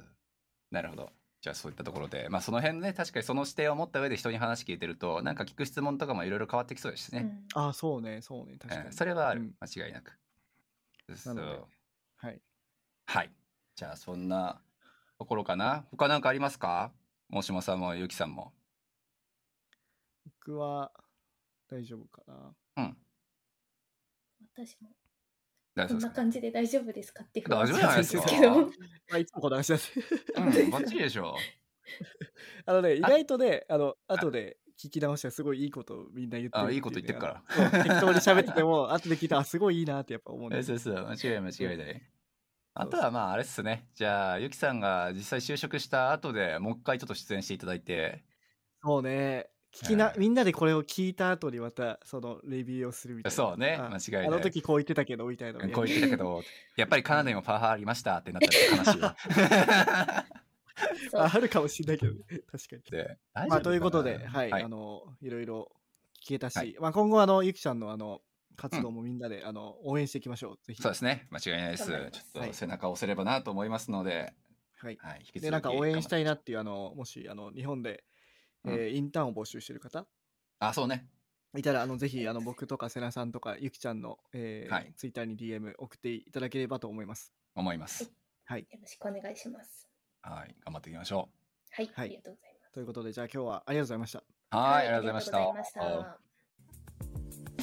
A: なるほどじゃあそういったところでまあその辺ね確かにその視点を持った上で人に話聞いてるとなんか聞く質問とかもいろいろ変わってきそうですし
C: う
A: ね、
C: ん
B: ああそうねそうね確か
A: うん
B: に。
A: それはある、
B: うん
A: 間違いなくです
B: なので
A: そう
B: はい。
A: はいじゃあそんなところかな他なんかありますか大島さんもゆきさんも
B: 僕は大丈夫かな。
A: うん
C: 私も
A: 大
C: こ
A: 丈夫です
C: んな
A: か
C: 感じで大丈夫ですかっていう
A: 大丈夫じゃないですか
C: けど。
B: まあいつもこの話だ し。
A: うん、バッチリでしょ。
B: あのね意外とねあの後で聞き直したらすごいいいことをみんな言ってる
A: あいいこと言ってるから
B: ていうねあのそう適当に喋ってても後で聞いたらあすごいいいなってやっぱ思うん
A: え
B: です
A: そう
B: よ。
A: そう、間違い間違いない。あとはまああれっすね。じゃあ、ゆきさんが実際就職した後でもう一回ちょっと出演していただいて。
B: そうね。聞きな、
A: うん
B: みんなでこれを聞いた後にまたそのレビューをするみたいな。
A: そうね
B: あ
A: 間違いない
B: あの時こう言ってたけどみたいなのをやる。
A: こう言ってたけど、やっぱりカナダにもパワハラありましたってなった ら悲しいわ。
C: そう
B: ああるかもしれないけどね、確かに。
A: で大丈夫かな
B: まあ、ということで、はい、
A: はい
B: あの、いろいろ聞けたし、
A: はい
B: まあ、今後、あの、ゆきちゃんの、あの、活動もみんなで、あの、応援していきましょう。ぜひ。
A: そうですね。間違いないです。ち
C: 頑
A: ょ
C: 張
A: っ
C: ります
A: と背中を押せればなと思いますので、
B: はい。
A: はい、引き続き。
B: で、なんか応援したいな
A: 頑張って
B: っていう、あの、もし、あの、日本で、えー
A: う
B: インターンを募集している方
A: あ、そうね。
B: いたら、あの、ぜひ、あの、僕とか、瀬名さんとか、ゆきちゃんの、えー
A: はい
B: ツイッターに DM 送っていただければと思います。
A: 思います。
B: はい。
C: よろしくお願いします。
A: はい、頑張っていきましょ
C: はい、
B: はい
C: ありがとうございます。
B: ということで、じゃあ今日はありがとうございました。
A: う。はい、ありがとうございまし
C: ありがとうございま
A: た
C: し。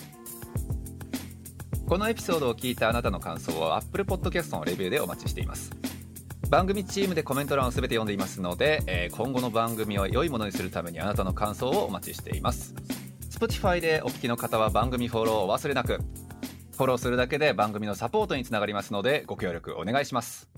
C: た。
D: このエピソードを聞いたあなたの感想は Apple Podcast のレビューでお待ちしています番組チームでコメント欄を全て読んでいますので、えー今後の番組を良いものにするためにあなたの感想をお待ちしています Spotify でお聞きの方は番組フォローをお忘れなくフォローするだけで番組のサポートにつながりますのでご協力お願いします